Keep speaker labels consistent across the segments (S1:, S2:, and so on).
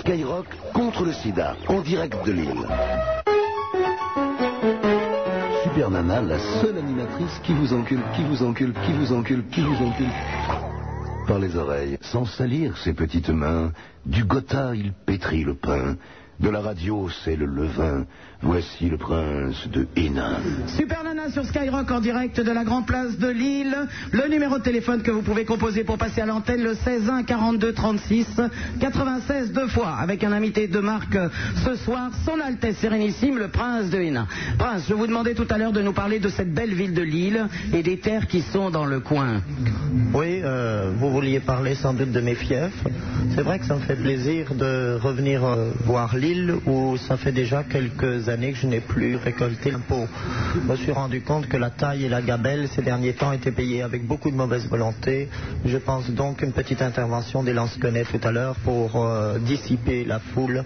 S1: Skyrock contre le sida, en direct de Lille. Super Nana, la seule animatrice qui vous encule, qui vous encule, qui vous encule, qui vous encule. Par les oreilles, sans salir ses petites mains, du gotha il pétrit le pain, de la radio c'est le levain, voici le prince de Hénin.
S2: Super Nana sur Skyrock en direct de la Grand Place de Lille. Le numéro de téléphone que vous pouvez composer pour passer à l'antenne, le 16 1 42 36 96 deux fois, avec un invité de marque euh, ce soir, son Altesse Sérénissime, le Prince de Hénin. Prince, je vous demandais tout à l'heure de nous parler de cette belle ville de Lille et des terres qui sont dans le coin.
S3: Oui, euh, vous vouliez parler sans doute de mes fiefs. C'est vrai que ça me fait plaisir de revenir euh, voir l'île où ça fait déjà quelques années que je n'ai plus récolté l'impôt. Je me suis rendu compte que la taille et la gabelle ces derniers temps étaient payées avec beaucoup de mauvaise volonté. Je pense donc qu'une petite intervention des lance-connais tout à l'heure pour euh, dissiper la foule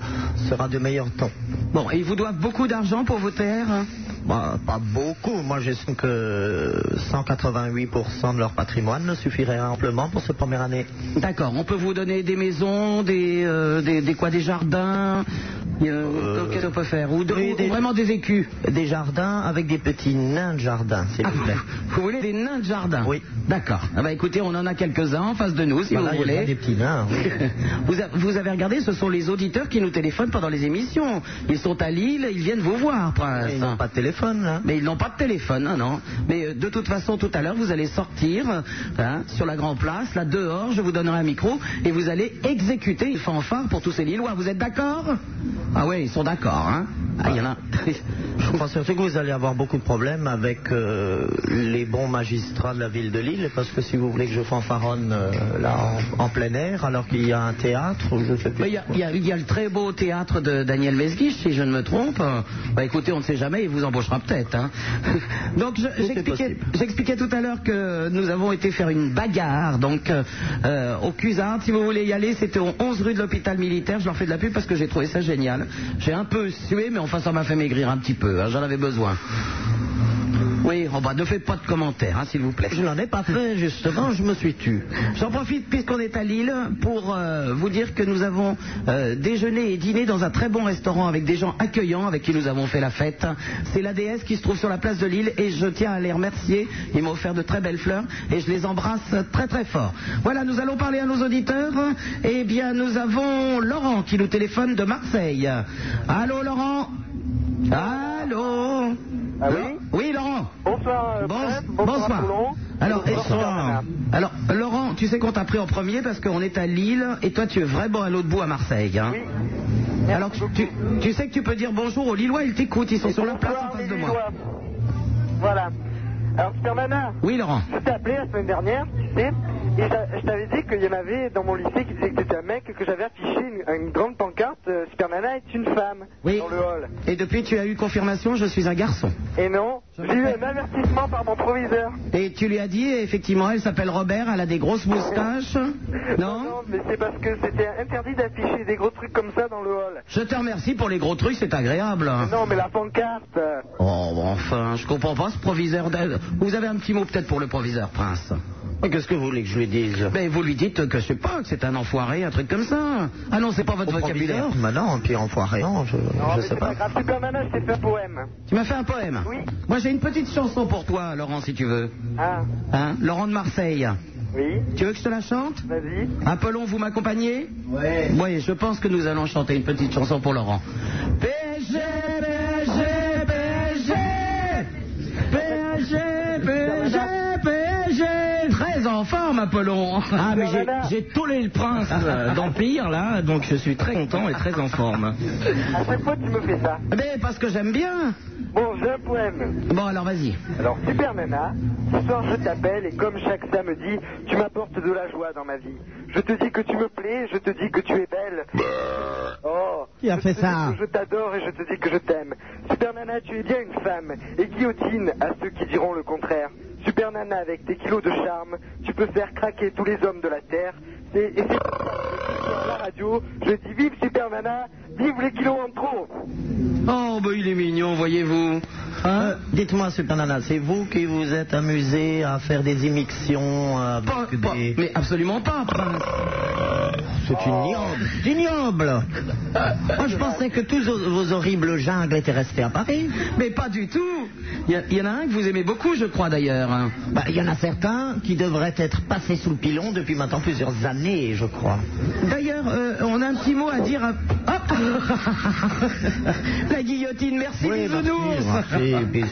S3: sera de meilleur temps.
S2: Bon, et ils vous doivent beaucoup d'argent pour vos terres hein
S3: Bah, pas beaucoup. Moi, j'estime que 188% de leur patrimoine suffirait amplement pour cette première année.
S2: D'accord, on peut vous donner des maisons, des, euh, des, des quoi, des jardins euh, Qu'est-ce qu'on peut faire Ou, de-
S3: oui,
S2: ou
S3: des-
S2: vraiment des écus
S3: Des jardins avec des petits nains de jardin, s'il
S2: Ah,
S3: vous plaît.
S2: vous voulez des nains de jardin
S3: Oui.
S2: D'accord. Ah bah écoutez, on en a quelques-uns en face de nous, si
S3: Voilà, Bah
S2: vous
S3: il y a bien
S2: voulez.
S3: des petits nains. hein. oui.
S2: Vous, a- vous avez regardé, ce sont les auditeurs qui nous téléphonent pendant les émissions. Ils sont à Lille, ils viennent vous voir, Prince.
S3: Ils n'ont pas de téléphone, là.
S2: Mais ils n'ont pas de téléphone, non, non. Mais euh, de toute façon, tout à l'heure, vous allez sortir euh, hein, sur la Grand Place, là dehors, je vous donnerai un micro, et vous allez exécuter une fanfare pour tous ces Lillois. Vous êtes d'accord Ah ouais, ils sont d'accord, hein Ah, il y en a...
S3: Je pense surtout que vous allez avoir beaucoup de problèmes avec euh, les bons magistrats de la ville de Lille, parce que si vous voulez que je fanfaronne euh, là en, en plein air, alors qu'il y a un théâtre, je sais plus.
S2: Mais Il y, a- il y a- il y a le très beau théâtre de Daniel Mesguich, si je ne me trompe. Euh, Bah, écoutez, on ne sait jamais, il vous embauchera peut-être. hein. donc je-
S3: est
S2: j'expliquais
S3: possible.
S2: j'expliquais tout à l'heure que nous avons été faire une bagarre donc euh, euh, au Cusard. Si vous voulez y aller, c'était au 11 rue de l'hôpital militaire. Je leur fais de la pub parce que j'ai trouvé ça génial. J'ai un peu sué, mais enfin ça m'a fait maigrir un petit peu. hein. J'en avais besoin. Oui, oh, bah, ne faites pas de commentaires, hein, s'il vous plaît.
S3: Je n'en ai pas fait, justement, je me suis tu.
S2: J'en profite, puisqu'on est à Lille, pour euh, vous dire que nous avons euh, déjeuné et dîné dans un très bon restaurant avec des gens accueillants avec qui nous avons fait la fête. C'est l'ADS qui se trouve sur la place de Lille et je tiens à les remercier. Ils m'ont offert de très belles fleurs et je les embrasse très très fort. Voilà, nous allons parler à nos auditeurs. Eh bien, nous avons Laurent qui nous téléphone de Marseille. Allô Laurent Allô
S4: Allô
S2: Oui Laurent
S4: Ah Bonsoir, euh,
S2: Bon-
S4: Fred, bonsoir,
S2: bonsoir.
S4: Toulon.
S2: Alors,
S4: Bonsoir,
S2: est-ce-
S4: Bernard.
S2: Alors, Laurent, tu sais qu'on t'a pris en premier parce qu'on est à Lille et toi tu es vraiment à l'autre bout à Marseille. hein.
S4: Oui.
S2: Alors, tu, tu- tu sais que tu peux dire bonjour aux Lillois, ils t'écoutent, ils sont sur la place en
S4: Bonsoir,
S2: face
S4: les
S2: de moi.
S4: Lillois. Voilà. Alors, Supermana,
S2: Oui, Laurent.
S4: je t'ai appelé la semaine dernière, tu sais, et j'a- je t'avais dit qu'il y en avait dans mon lycée qui disait que t'étais un mec et que j'avais affiché une, une grande pancarte euh, Supermana est une femme
S2: Oui.
S4: dans le hall.
S2: Et depuis, tu as eu confirmation, je suis un garçon.
S4: Et non, j'ai eu un avertissement par mon proviseur.
S2: Et tu lui as dit, effectivement, elle s'appelle Robert, elle a des grosses moustaches. Non
S4: mais c'est parce que c'était interdit d'afficher des gros trucs comme ça dans le hall.
S2: Je te remercie pour les gros trucs, c'est agréable.
S4: Non, mais la pancarte. euh,
S2: Oh, bah, enfin, je comprends pas ce proviseur. d'aide. Vous avez un petit mot peut-être pour le proviseur, Prince
S3: Mais Qu'est-ce que vous voulez que je lui dise
S2: Mais vous lui dites que je sais pas, que c'est un enfoiré, un truc comme ça. Ah non, c'est pas votre
S3: Au
S2: vocabulaire.
S3: proviseur, maintenant, puis enfoiré, non, je,
S4: Non,
S3: je
S4: mais
S3: sais
S4: c'est pas
S3: pas.
S4: grave. Supermana, je t'ai fait un poème.
S2: Tu m'as fait un poème.
S4: Oui.
S2: Moi, j'ai une petite chanson pour toi, Laurent, si tu veux.
S4: Ah,
S2: Hein Laurent de Marseille.
S4: oui,
S2: Tu veux que je te la chante
S4: vas-y.
S2: Apollon, vous m'accompagnez
S3: Ouais.
S2: Oui, je pense que nous allons chanter une petite chanson pour Laurent. PSG, PSG, PSG PSG, PSG, PSG Très en forme, Apollon
S5: Ah, mais j'ai- j'ai tollé le prince euh, d'Empire, là, donc je suis très content et très en forme.
S4: À chaque fois, tu me fais ça.
S2: Ah, Mais parce que j'aime bien
S4: Bon, j'ai un poème.
S2: Bon, alors vas-y.
S4: Alors, super nana, ce soir je t'appelle et comme chaque samedi, tu m'apportes de la joie dans ma vie. Je te dis que tu me plais, je te dis que tu es belle. Oh,
S2: Qui a
S4: je
S2: fait
S4: te
S2: ça
S4: dis que Je t'adore et je te dis que je t'aime. Super nana, tu es bien une femme et guillotine à ceux qui diront le contraire. Super nana, avec tes kilos de charme, tu peux faire craquer tous les hommes de la terre. C'est- Et c'est sur la radio, je dis vive super nana, vive les kilos en trop.
S2: Oh, bah il est mignon, voyez-vous.
S3: Euh, Dites-moi, Super Nana, c'est vous qui vous êtes amusé à faire des immixtions euh,
S2: Pas-
S3: avec
S2: pas-
S3: des...
S2: mais absolument pas, Prince.
S3: c'est une ignoble. C'est une ignoble. Moi, je pensais que tous vos, vos horribles jungles étaient restés à Paris.
S2: Mais pas du tout Il y a- il y, en a un que vous aimez beaucoup, je crois d'ailleurs. hein.
S3: Bah, Il y en a certains qui devraient être passés sous le pilon depuis maintenant plusieurs années, je crois.
S2: D'ailleurs, euh, on a un petit mot à dire. à- Hop La guillotine, merci
S3: Oui,
S2: bisounours
S3: merci, merci, bis-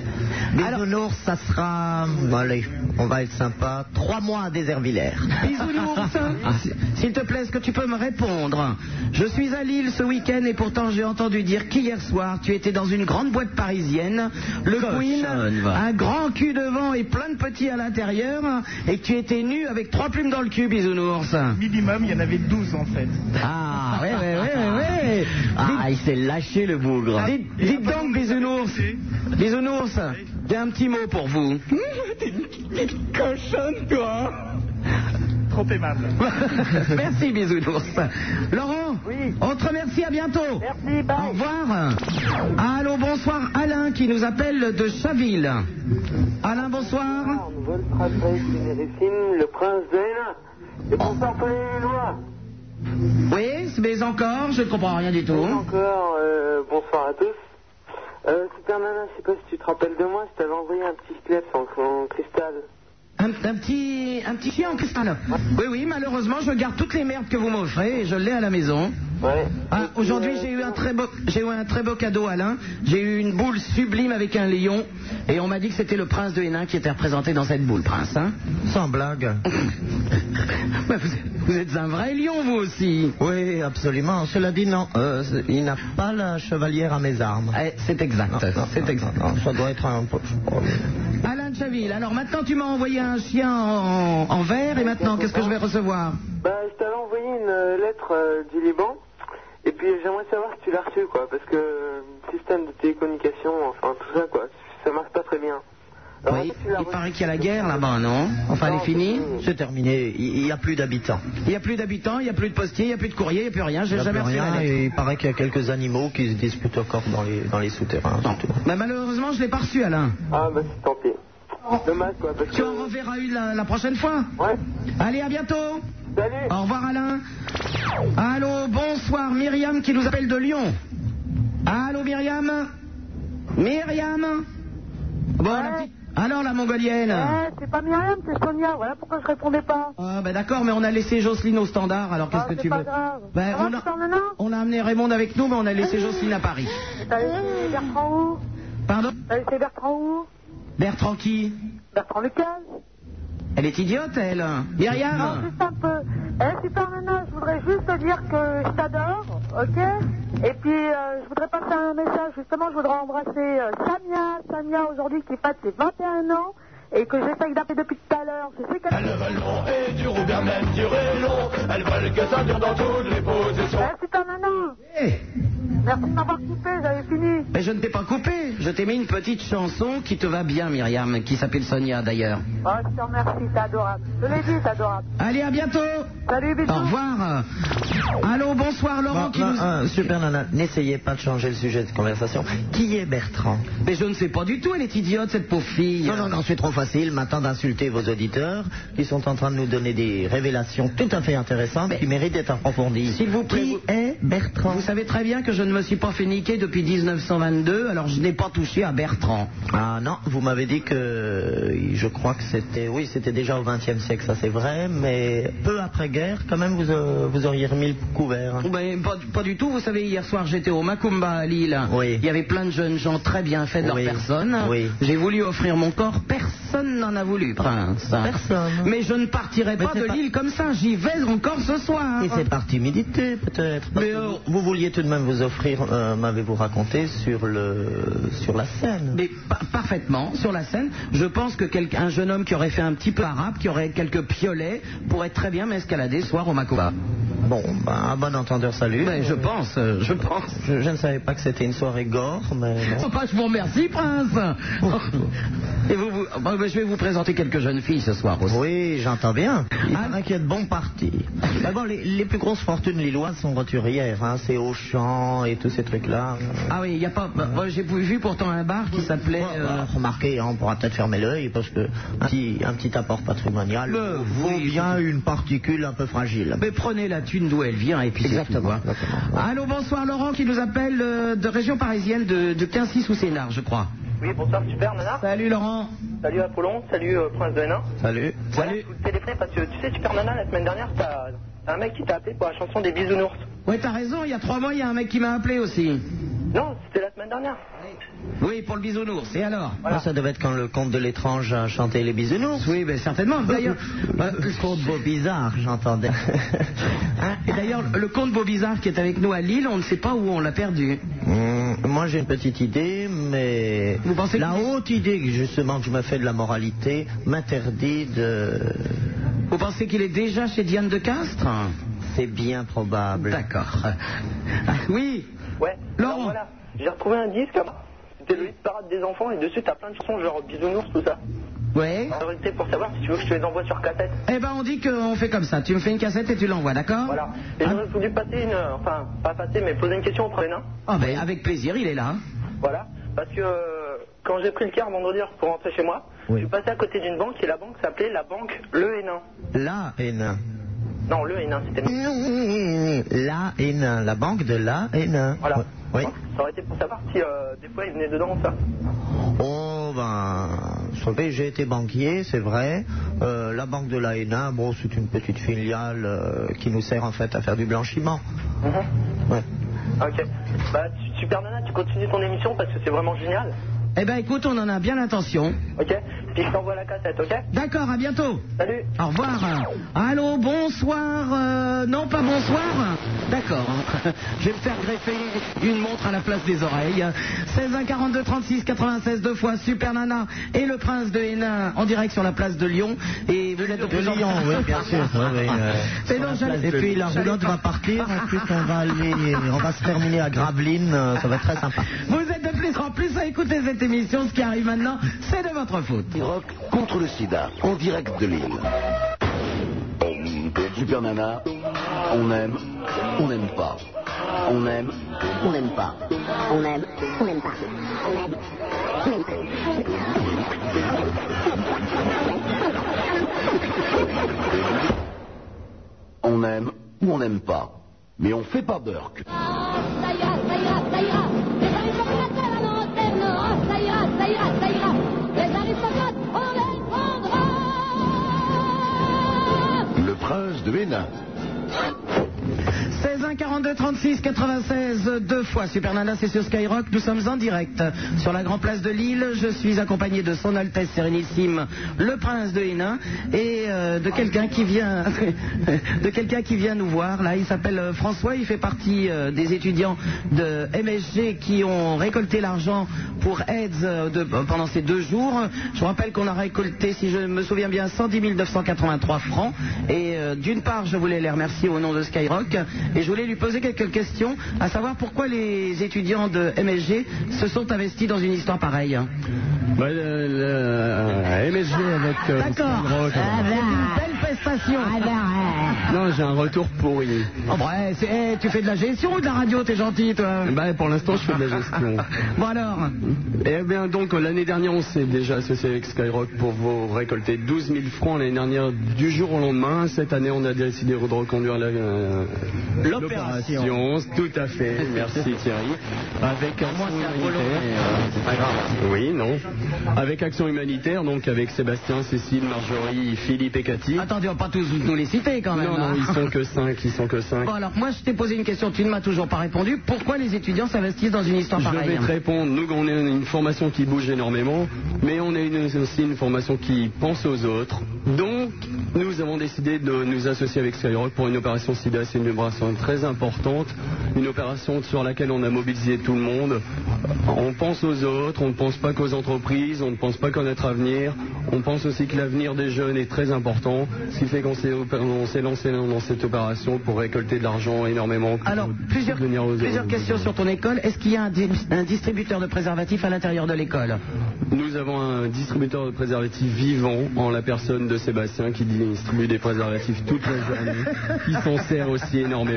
S3: Bisounours, ça sera, bon, allez, on va être sympa, trois mois à Déservillers.
S2: Bisounours, Ah, s'il te plaît, est-ce que tu peux me répondre Je suis à Lille ce week-end et pourtant j'ai entendu dire qu'hier soir tu étais dans une grande boîte parisienne, le Queen,
S5: va.
S2: un grand cul devant et plein de petits à l'intérieur, et que tu étais nu avec trois plumes dans le cul, bisounours.
S6: Minimum, il y en avait 12 en fait.
S2: Ah, ouais, ouais, ouais, ouais.
S3: Ah, il s'est lâché le bougre.
S2: Dites, dites
S6: Ah,
S2: donc, bisounours, bisounours, j'ai un petit mot pour vous.
S6: Cochonne, toi Trop aimable.
S2: Merci, bisounours. Laurent, on te remercie, à bientôt.
S4: Merci, bye.
S2: Au revoir. Allô, bonsoir, Alain qui nous appelle de Chaville. Alain, bonsoir.
S4: Nous veulent frapper Finérissime, le prince de Hénin. Et pour faire tous les lois.
S2: Oui, mais encore, je ne comprends rien du tout.
S4: Encore, euh, bonsoir à tous. Euh, Super Nana, je sais pas si tu te rappelles de moi, je t'avais envoyé un petit clip en, en cristal.
S2: Un, un petit, un petit chien en cristal. Oui, oui, malheureusement, je garde toutes les merdes que vous m'offrez et je l'ai à la maison.
S4: Ouais.
S2: Ah, aujourd'hui, j'ai eu un très beau, j'ai eu un très beau cadeau, Alain. J'ai eu une boule sublime avec un lion, et on m'a dit que c'était le prince de Hénin qui était représenté dans cette boule, prince. Hein
S3: Sans blague.
S2: Bah, vous, êtes- vous êtes un vrai lion, vous aussi.
S3: Oui, absolument. Cela dit, non, euh, c'est- il n'a pas la chevalière à mes armes.
S2: Eh, c'est exact,
S3: Non, non,
S2: c'est
S3: non,
S2: exact.
S3: non, non, ça doit être un peu.
S2: Alain de Chaville, alors maintenant tu m'as envoyé un chien en, en verre et maintenant qu'est-ce que je vais recevoir
S4: Bah, je t'avais envoyé une euh, lettre euh, du Liban. Et puis j'aimerais savoir si tu l'as reçue, quoi, parce que euh, le système de télécommunication, enfin tout ça, quoi, ça marche pas très bien. Alors,
S2: Oui,
S4: est-ce que Ah, tu l'as
S2: il
S4: reçue
S2: paraît qu'il y a la guerre là-bas, non Enfin, elle est finie
S3: C'est terminé. Il n'y a plus d'habitants.
S2: Il n'y a plus d'habitants, il n'y a plus de postiers, il n'y a plus de courrier, il n'y a plus rien,
S3: Il
S2: j'ai
S3: n'y a
S2: jamais
S3: plus
S2: reçu la
S3: rien
S2: lettre.
S3: et il paraît qu'il y a quelques animaux qui se disputent encore dans les, dans les souterrains. c'est tout.
S2: Bah, malheureusement, je l'ai pas reçu, Alain. Oh.
S4: Ah, bah c'est tant pis. Dommage, quoi, parce
S2: Tu
S4: que.
S2: en reverras une la- la prochaine fois
S4: Ouais,
S2: Allez, à bientôt
S4: salut
S2: Au revoir Alain. Allô, bonsoir Myriam qui nous appelle de Lyon. Allô Myriam Myriam Bon, la petite- alors la mongolienne
S7: c'est pas Myriam, c'est Sonia. Voilà pourquoi je répondais pas.
S2: Ah, ben d'accord, mais on a laissé Jocelyne au standard, alors qu'est-ce
S7: Ah,
S2: que
S7: c'est
S2: tu
S7: pas
S2: veux
S7: grave.
S2: Ben,
S7: Ça va,
S2: on, a,
S7: Super Nana
S2: on a amené Raymond avec nous, mais on a laissé Jocelyne à Paris.
S7: T'as laissé Bertrand où
S2: Pardon
S7: T'as laissé Bertrand où
S2: Bertrand qui
S7: Bertrand Lucas
S2: Elle est idiote, elle Myriam
S7: Juste un peu. Eh, Super Nana, je voudrais juste te dire que je t'adore, ok Et puis, euh, je voudrais passer un message. Justement, je voudrais embrasser euh, Samia. Samia, aujourd'hui, qui fête ses 21 ans et que j'essaye d'appeler depuis tout à l'heure. Je sais qu'elle...
S8: et du Robert même du Rélon. Elles veulent que ça dure dans toutes les positions.
S7: Eh, Super Nana,
S2: Eh,
S7: merci de m'avoir coupé, j'avais fini.
S2: Mais Ben, je ne t'ai pas coupé, je t'ai mis une petite chanson qui te va bien Myriam, qui s'appelle Sonia d'ailleurs.
S7: Oh, je te remercie, t'es adorable. Je l'ai dit, t'es adorable.
S2: Allez, à bientôt
S7: Salut, bisous.
S2: Au revoir. Allô, bonsoir Laurent
S3: Bon,
S2: qui
S3: ben,
S2: nous-
S3: hein, super nana, n'essayez pas de changer le sujet de conversation. Qui est Bertrand
S2: Mais Ben, je ne sais pas du tout, elle est idiote cette pauvre fille.
S3: Non, non, non, c'est trop facile maintenant d'insulter vos auditeurs qui sont en train de nous donner des révélations tout à fait intéressantes qui méritent d'être approfondies.
S2: S'il vous plaît,
S3: Qui
S2: vous-
S3: est Bertrand
S2: Vous savez très bien que je ne me suis pas fait niquer depuis 1922, alors je n'ai pas touché à Bertrand.
S3: Ah non, vous m'avez dit que euh, je crois que c'était, oui, c'était déjà au XXe siècle, ça c'est vrai, mais peu après guerre, quand même, vous, euh, vous auriez remis le couvert.
S2: Ben, pas, pas du tout, vous savez, hier soir j'étais au Macumba à Lille.
S3: Oui.
S2: Il y avait plein de jeunes gens très bien faits de
S3: Oui.
S2: leur personne.
S3: Oui.
S2: J'ai voulu offrir mon corps, personne n'en a voulu, prince.
S3: Personne.
S2: Mais je ne partirai
S3: Mais
S2: pas
S3: c'est
S2: de
S3: pas-
S2: Lille comme ça, j'y vais encore ce soir.
S3: Et c'est par timidité peut-être. parce
S2: Mais,
S3: que
S2: euh,
S3: vous, vous vouliez tout de même vous offrir, euh, m'avez-vous raconté, sur, le, sur la scène.
S2: Mais pa- parfaitement, sur la scène, je pense que quelqu'un- un jeune homme qui aurait fait un petit peu arabe, qui aurait quelques piolets, pourrait très bien m'escalader ce soir au Makoba.
S3: Bon, ben, un bon entendeur, salut.
S2: Ben, je pense, euh, je pense.
S3: Je, je ne savais pas que c'était une soirée gore, mais... bon.
S2: Oh, bah, je vous remercie, prince. Et vous, vous- Bon, ben, je vais vous présenter quelques jeunes filles ce soir aussi.
S3: Oui, j'entends bien. Il y en a qui est de bon parti. Mais bon, les, les plus grosses fortunes lilloises sont roturières. Hein. C'est Auchan et tous ces trucs-là.
S2: Ah oui, il y a pas. bah, moi, J'ai vu pourtant un bar qui s'appelait.
S3: Ouais,
S2: euh,
S3: bah, remarquez, hein, on pourra peut-être fermer l'œil parce que un petit, un petit apport patrimonial
S2: Mais
S3: vaut
S2: oui.
S3: bien une particule un peu fragile.
S2: Mais prenez la thune d'où elle vient et puis c'est
S3: Exactement,
S2: tout, hein.
S3: exactement.
S2: Allô, bonsoir Laurent qui nous appelle euh, de région parisienne de, de Quincy sous Sénart, je crois.
S9: Oui, bonsoir, super, Nana.
S2: Salut Laurent.
S9: Salut Apollon, salut euh, Prince de Hénin.
S3: Salut.
S9: Voilà, je vous téléphone parce que tu sais, Super Nana, la semaine dernière, t'as t'as un mec qui t'a appelé pour la chanson des bisounours.
S2: Ouais, t'as raison, il y a trois mois, il y a un mec qui m'a appelé aussi.
S9: Non, c'était la semaine dernière.
S2: Oui, pour le bisounours. Et alors
S3: Ah, ça devait être quand le comte de l'étrange a chanté les bisounours. Bah,
S2: Oui, ben certainement. D'ailleurs, euh,
S3: Le comte beau bizarre, j'entendais.
S2: hein, et d'ailleurs, le comte Bobizard qui est avec nous à Lille, on ne sait pas où on l'a perdu.
S3: Hum, moi j'ai une petite idée, mais
S2: Vous pensez
S3: la
S2: qu'il est-
S3: haute idée que justement que je me fais de la moralité m'interdit de...
S2: Vous pensez qu'il est déjà chez Diane de Castres
S3: C'est bien probable.
S2: D'accord. Ah, Oui.
S9: Ouais.
S2: Laurent.
S9: Alors, voilà, j'ai retrouvé un disque. C'était le hit parade des enfants et dessus, t'as plein de chansons genre bisounours, tout ça.
S2: Ouais.
S9: En vérité, pour savoir si tu veux que je te les envoie sur cassette.
S2: Eh ben, on dit qu'on fait comme ça. Tu me fais une cassette et tu l'envoies, d'accord
S9: Voilà. Et j'aurais voulu passer une. euh, Enfin, pas passer, mais poser une question au Prince de Hénin.
S2: Ah ben, avec plaisir, il est là.
S9: Voilà, parce que euh, quand j'ai pris le car vendredi pour rentrer chez moi,
S3: Oui.
S9: je suis passé à côté d'une banque et la banque s'appelait la banque Le Hénin.
S3: La Hénin.
S9: Non, Le Hénin, c'était
S3: mmh. La Hénin, la banque de la Hénin.
S9: Voilà.
S3: Oui.
S9: Ça aurait été pour savoir si euh, des fois il venait dedans, ça.
S3: Oh ben, vous savez, j'ai été banquier, c'est vrai. Euh, la banque de la Hénin, bon, c'est une petite filiale euh, qui nous sert en fait à faire du blanchiment. Ouais.
S9: Mhm. Ok. Bah, tu- super Nana, tu continues ton émission parce que c'est vraiment génial.
S2: Eh ben, écoute, on en a bien l'intention.
S9: Ok Puis je t'envoie la cassette, ok
S2: D'accord, à bientôt.
S9: Salut
S2: Au revoir. Allô, bonsoir. euh, non, pas bonsoir. D'accord. Je vais me faire greffer une montre à la place des oreilles. 16 1 42 36 96 deux fois Super Nana et le prince de Hénin en direct sur la place de Lyon et vous êtes de
S3: De
S2: plus en-
S3: Lyon, oui, bien sûr. Oui, oui, euh,
S2: Mais
S3: sur
S2: non,
S3: la
S2: j'allais-
S3: place de- Et puis la
S2: j'allais
S3: roulotte
S2: pas-
S3: va partir, ensuite on va aller, on va se terminer à Gravelines, euh, ça va être très sympa.
S2: Vous êtes de plus en plus à écouter cette émission. Ce qui arrive maintenant, c'est de votre faute.
S1: Rock contre le sida, en direct de Lille. Super Nana, on aime, on n'aime pas. On aime, on n'aime pas.
S4: On aime, on n'aime pas. On aime, on n'aime pas.
S1: On aime ou on n'aime pas. Mais on fait pas Burke.
S4: Ça ira, ça ira, ça ira. Les aristocrates à la lanterne, ah, ça ira, ça ira, ça ira. Les aristocrates, on les prendra.
S1: Le prince de Hénin.
S2: 16 1 42 36 96 deux fois Super Nana c'est sur Skyrock nous sommes en direct sur la Grand Place de Lille je suis accompagné de son Altesse Sérénissime le Prince de Hénin et euh, de quelqu'un qui vient de quelqu'un qui vient nous voir là il s'appelle euh, François il fait partie euh, des étudiants de MSG qui ont récolté l'argent pour AIDS euh, de- euh, pendant ces deux jours je vous rappelle qu'on a récolté si je me souviens bien 110 983 francs et euh, d'une part je voulais les remercier au nom de Skyrock et je voulais lui poser quelques questions, à savoir pourquoi les étudiants de MSG se sont investis dans une histoire pareille.
S10: Bah, le, le- MSG avec euh,
S2: D'accord.
S10: Skyrock.
S2: Ah ben, c'est une belle prestation.
S10: Non, j'ai un retour pourri.
S2: Oh, bah, c'est- eh, tu fais de la gestion ou de la radio, t'es gentil, toi
S10: Bah, pour l'instant, je fais de la gestion.
S2: Bon alors,
S10: Eh bien, donc, l'année dernière, on s'est déjà associé avec Skyrock pour vous récolter 12 000 francs l'année dernière du jour au lendemain. Cette année, on a décidé de reconduire la- euh,
S2: L'opération.
S10: l'opération. Tout à fait. Merci Thierry. Avec Action
S2: moins, c'est un
S10: Humanitaire. Ah, Oui, non. Avec Action Humanitaire, donc avec Sébastien, Cécile, Marjorie, Philippe et Cathy.
S2: attendez, on va pas tous nous les citer quand même.
S10: non, non,
S2: hein.
S10: ils sont que 5, ils sont que 5.
S2: Bon alors, moi je t'ai posé une question, tu ne m'as toujours pas répondu. Pourquoi les étudiants s'investissent dans une histoire
S10: Je vais
S2: pareille
S10: te répondre. Nous, on est une formation qui bouge énormément, mais on est une- aussi une formation qui pense aux autres. Donc, nous nous avons décidé de nous associer avec Skyrock pour une opération SIDA. C'est une opération très importante, une opération sur laquelle on a mobilisé tout le monde. On pense aux autres, on ne pense pas qu'aux entreprises, on ne pense pas qu'à notre avenir. On pense aussi que l'avenir des jeunes est très important, ce qui fait qu'on s'est opé- on s'est lancé dans cette opération pour récolter de l'argent énormément. pour
S2: Alors, plusieurs,
S10: soutenir aux-
S2: plusieurs questions sur ton école. Est-ce qu'il y a un, di- un distributeur de préservatifs à l'intérieur de l'école
S10: Nous avons un distributeur de préservatifs vivant en la personne de Sébastien qui distribue des préservatifs toute la journée, qui s'en sert aussi énormément.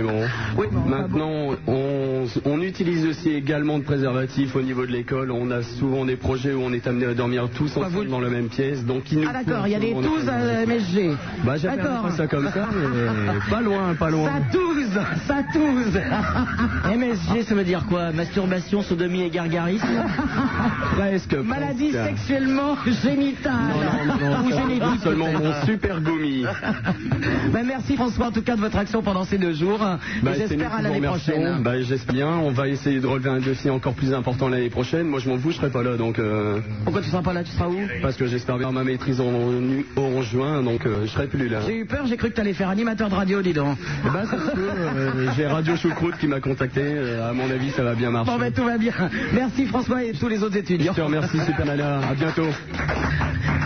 S10: Maintenant, on, on utilise aussi également de préservatifs au niveau de l'école. On a souvent des projets où on est amené à dormir tous ensemble dans la même pièce. Donc il nous
S2: Ah d'accord,
S10: faut
S2: il y a des
S10: souvent
S2: tous à la MSG.
S10: Bah, j'appelle
S2: D'accord.
S10: pas ça comme ça, mais pas loin, pas loin.
S2: Ça tousse, ça Eh, tousse.
S5: MSG, ça veut dire quoi Masturbation, sodomie et gargarisme
S10: Presque.
S2: Maladie
S10: presque.
S2: sexuellement génitale. Ou génétique,
S10: seulement
S2: peut-être.
S10: mon super gommi.
S2: Ben, merci François en tout cas de votre action pendant ces deux jours. Et
S10: Bah, c'est nous
S2: J'espère
S10: qui
S2: à
S10: vous
S2: l'année
S10: remercions.
S2: prochaine.
S10: Bah, J'espère bien. On va essayer de relever un dossier encore plus important l'année prochaine. Moi, je m'en fous, je serai pas là. donc. euh,
S2: Pourquoi tu seras pas là Tu seras où
S10: Parce que j'espère bien ma maîtrise en, en- en juin, donc euh, je serai plus là.
S2: J'ai eu peur, j'ai cru que t'allais faire animateur de radio, dis donc.
S10: Eh ben, Euh, J'ai Radio Choucroute qui m'a contacté. euh, à mon avis, ça va bien marcher.
S2: Bon ben tout va bien. Merci François et tous les autres étudiants.
S10: Je te remercie, Super Nana. À bientôt.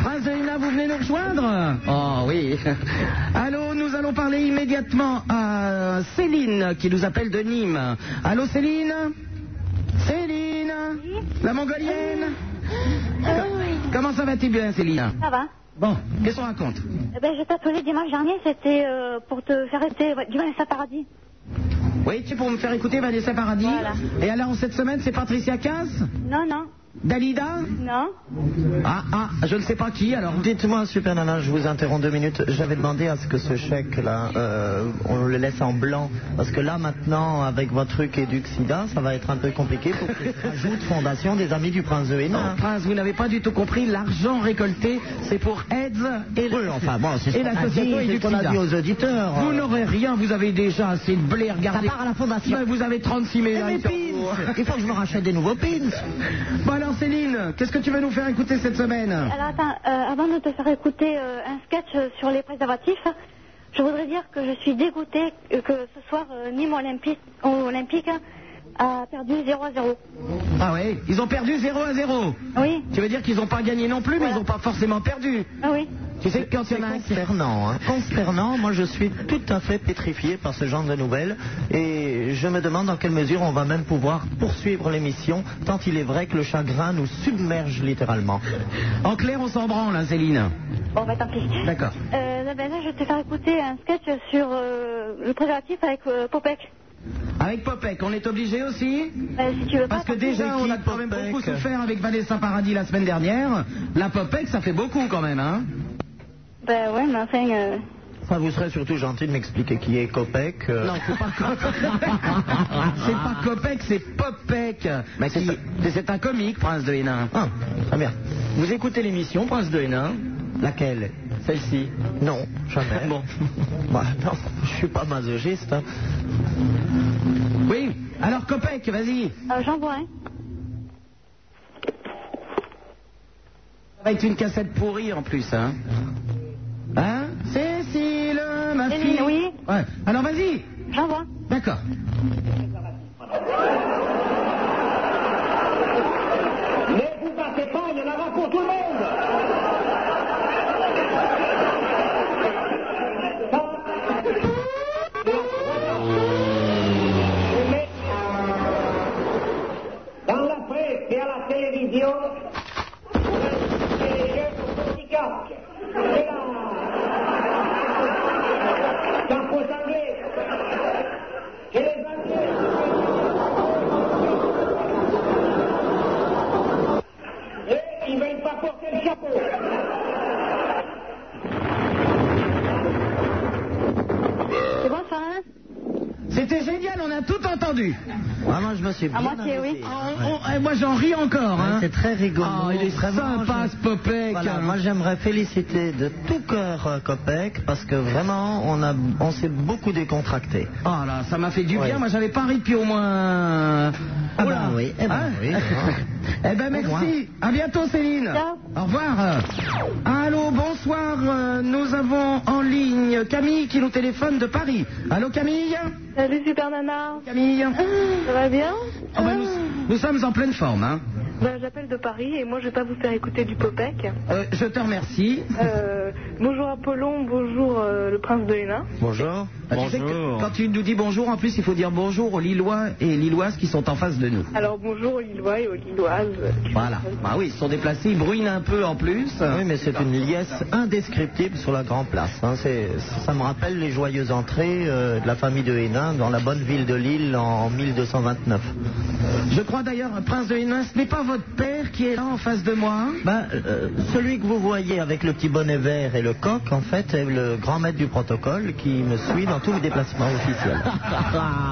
S2: Prince de Hénin, vous venez nous rejoindre Oh oui. Allô, nous allons parler immédiatement à Céline qui nous appelle de Nîmes. Allô Céline Céline La mongolienne Comment ça va-t-il bien Céline
S11: Ça va
S2: Bon, qu'est-ce qu'on raconte
S11: Eh ben, Je t'ai appelé dimanche dernier, c'était euh, pour te faire rester ouais, du Vanessa Paradis.
S2: Oui, tu pour me faire écouter Vanessa Paradis Et alors cette semaine c'est Patricia Cass
S11: Non, non.
S2: Dalida
S11: Non.
S2: Ah, ah, je ne sais pas qui alors.
S3: Dites-moi, Super Nana, je vous interromps deux minutes. J'avais demandé à ce que ce chèque-là, euh, on le laisse en blanc. Parce que là, maintenant, avec votre truc Eduxida, ça va être un peu compliqué pour que je rajoute Fondation des Amis du Prince de Hénin.
S2: Non, Prince, vous n'avez pas du tout compris, l'argent récolté, c'est pour AIDS et,
S3: Oui, enfin, bon, c'est ce
S2: et
S3: qu'on a
S2: l'association
S3: dit, c'est ce qu'on a
S2: Eduxida.
S3: dit aux auditeurs.
S2: Vous n'aurez rien, vous avez déjà assez de blé, regardez.
S3: part à la fondation.
S2: Mais vous avez 36 000
S3: Et mes
S2: sur
S3: pins.
S2: vous.
S3: Il faut que je me rachète des nouveaux pins.
S2: Bon alors Céline, qu'est-ce que tu veux nous faire écouter cette semaine
S11: Alors attends, euh, avant de te faire écouter euh, un sketch euh, sur les préservatifs, je voudrais dire que je suis dégoûtée euh, que ce soir euh, Nîmes Olympique, euh, Olympique a perdu 0 à 0.
S2: Ah ouais, ils ont perdu 0 à 0.
S11: Oui.
S2: Tu veux dire qu'ils n'ont pas gagné non plus, mais ils n'ont pas forcément perdu.
S11: Ah oui.
S2: Tu sais que quand il y en a un qui...
S3: Concernant, hein, concernant, moi je suis tout à fait pétrifié par ce genre de nouvelles et je me demande dans quelle mesure on va même pouvoir poursuivre l'émission tant il est vrai que le chagrin nous submerge littéralement.
S2: En clair, on s'en branle, hein, Céline.
S11: Bon, bah tant pis.
S2: D'accord.
S11: Euh, ben là, je vais te faire écouter un sketch sur euh, le préservatif avec euh, Popek.
S2: Avec Popek, on est obligé aussi
S11: Ben, si tu veux pas,
S2: Parce que
S11: tant pis.
S2: déjà, on a quand même beaucoup souffert avec Vanessa Paradis la semaine dernière. La Popek, ça fait beaucoup quand même, hein
S11: Ben ouais, mais enfin... euh,
S3: Enfin, vous serez surtout gentil de m'expliquer qui est Copec. euh.
S2: Non, c'est pas Copec. c'est pas Copec, c'est Popek. Qui- c'est, un comique, Prince de Hénin.
S3: Ah, très bien.
S5: Vous écoutez l'émission Prince de Hénin,
S3: Laquelle
S5: celle-ci.
S3: Non, jamais.
S5: Bon.
S3: Bah, non, je suis pas masochiste. hein.
S2: Oui, alors Copec, vas-y.
S11: euh, J'en vois un.
S2: Ça va être une cassette pourrie en plus, hein Hein Cécile, ma
S11: Céline,
S2: fille.
S11: oui.
S2: Ouais. Alors vas-y.
S11: J'en vois.
S2: D'accord.
S8: Ne vous battez pas, il y en aura pour tout le monde Mais, Dans la presse et à la télévision, les jeux sont aussi casques. Et la... Chapeau sanglier. Et les Anglais.
S11: hein
S2: détendu. Ah, moi, je me suis
S11: À moitié, oui.
S2: Ah, eh, moi, j'en ris encore.
S3: Ouais,
S2: hein.
S3: C'est très rigolo.
S2: Ah, il est sympa, ce Popek,
S3: Voilà,
S2: hein.
S3: Moi, j'aimerais féliciter de tout cœur euh, Popek parce que vraiment, on, a- on s'est beaucoup décontracté.
S2: Ah là, ça m'a fait du bien.
S3: Ouais.
S2: Moi, j'avais pas ri depuis au moins.
S3: Ah
S2: Oh
S3: ben
S2: là.
S3: oui, eh ben
S2: Hein
S3: oui,
S2: eh ben
S3: Au
S2: merci.
S3: revoir.
S2: À bientôt, Céline. Au revoir. Allô, bonsoir. Euh, Nous avons en ligne Camille qui nous téléphone de Paris. Allô, Camille.
S12: Salut Eh, Super Nana.
S2: Camille.
S12: Ça va bien
S2: Ah ben, nous, nous sommes en pleine forme. hein.
S12: Ben, J'appelle de Paris et moi je vais pas vous faire écouter du Popec.
S2: Euh, je te remercie.
S12: Euh, bonjour Apollon, bonjour euh, le prince de Hénin.
S3: Bonjour.
S2: Ah, tu sais que quand tu nous dis bonjour, en plus, il faut dire bonjour aux Lillois et Lilloises qui sont en face de nous.
S12: Alors bonjour aux Lillois et aux Lilloises.
S2: Voilà. Bah oui, ils se sont déplacés, ils bruinent un peu en plus.
S3: Oui, mais c'est une liesse indescriptible sur la Grand Place. hein. C'est- Ça me rappelle les joyeuses entrées euh, de la famille de Hénin dans la bonne ville de Lille en 1229.
S2: Je crois d'ailleurs, prince de Hénin, ce n'est pas votre père qui est là en face de moi. hein.
S3: Ben, euh, celui que vous voyez avec le petit bonnet vert et le coq, en fait, est le grand maître du protocole qui me suit dans tous les déplacements officiels.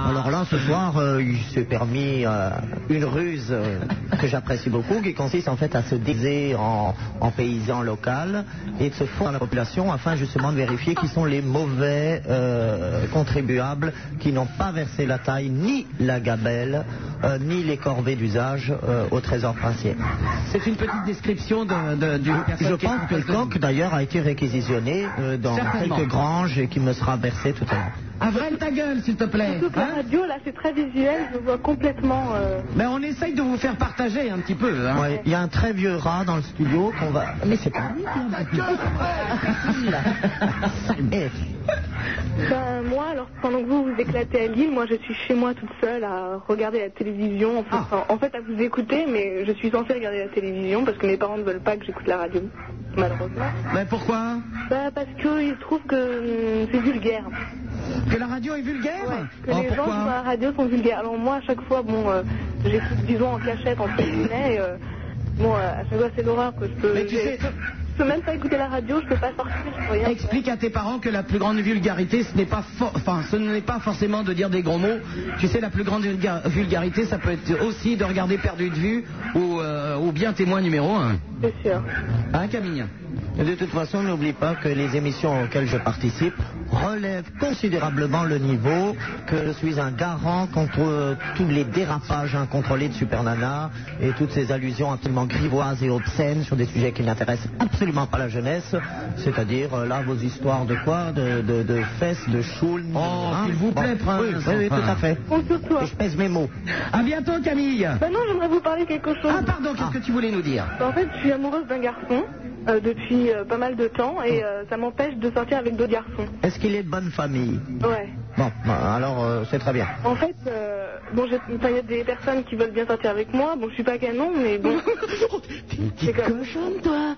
S3: Alors là, ce soir, euh, il s'est permis euh, une ruse euh, que j'apprécie beaucoup, qui consiste en fait à se déguiser en, en paysan local et de se fondre dans la population afin justement de vérifier qui sont les mauvais euh, contribuables qui n'ont pas versé la taille, ni la gabelle, euh, ni les corvées d'usage euh, au trésor princier.
S2: C'est une petite description de, de- d'une personne
S3: Je
S2: qui est
S3: pense
S2: en
S3: que le
S2: face de
S3: coq, d'ailleurs, a été réquisitionné euh, dans
S2: Certainement.
S3: quelques granges et qui me sera versé tout à l'heure.
S2: nous. Avril, ta gueule, s'il te plaît.
S12: Surtout que la
S2: hein.
S12: radio Oh là c'est très visuel, je vois complètement. euh,
S2: Mais Ben, on essaye de vous faire partager un petit peu. hein.
S3: Ouais, il y a un très vieux rat dans le studio qu'on va. Mais c'est pas lui qui l'a battu. Eh,
S12: Ben, moi alors pendant que vous vous éclatez à Lille, moi je suis chez moi toute seule à regarder la télévision, en fait,
S2: Ah.
S12: en- en fait, à vous écouter, mais je suis censée regarder la télévision parce que mes parents ne veulent pas que j'écoute la radio, malheureusement.
S2: Mais pourquoi
S12: Bah parce qu'ils trouvent que hum, c'est vulgaire.
S2: Que la radio est vulgaire
S12: Que
S2: Oh,
S12: les gens qui
S2: pourquoi
S12: font la radio sont vulgaires. Alors moi à chaque fois, bon, euh, j'écoute disons en cachette entre guillemets. et, euh, bon, euh, à chaque fois c'est l'horreur que je peux.
S2: Mais tu
S12: j'ai-
S2: sais-
S12: je peux même pas écouter la radio, je peux pas sortir, je peux rien. faire.
S2: Explique à tes parents que la plus grande vulgarité, ce n'est pas, for- enfin, ce n'est pas forcément de dire des gros mots. Tu sais, la plus grande vulga- vulgarité, ça peut être aussi de regarder perdu de vue ou, euh, ou bien témoin numéro un.
S12: C'est sûr.
S2: Hein, Camille
S3: De toute façon, n'oublie pas que les émissions auxquelles je participe relèvent considérablement le niveau, que je suis un garant contre euh, tous les dérapages incontrôlés de Super Nana et toutes ces allusions absolument grivoises et obscènes sur des sujets qui n'intéressent absolument pas la jeunesse, c'est-à-dire euh, là vos histoires de quoi de, de- de fesses, de choules. Oh,
S2: s'il vous plaît, prince,
S3: Oui, oui, oui,
S2: enfin.
S3: tout à fait.
S12: Bon, surtout.
S3: Et je pèse mes mots.
S2: À bientôt, Camille.
S12: Ben non, j'aimerais vous parler quelque chose. Bah,
S2: Ah, pardon, qu'est-ce que tu voulais nous dire
S12: En fait, je suis amoureuse d'un garçon euh, depuis euh, pas mal de temps
S2: Oh.
S12: et euh, ça m'empêche de sortir avec d'autres garçons.
S3: Est-ce qu'il est de bonne famille
S2: Mmh.
S12: Ouais.
S3: Bon, bah, alors euh, c'est très bien.
S12: En fait, euh, bon, j'ai- enfin, il y a des personnes qui veulent bien sortir avec moi. Bon, je suis pas canon, mais bon. C'est comme-
S2: toi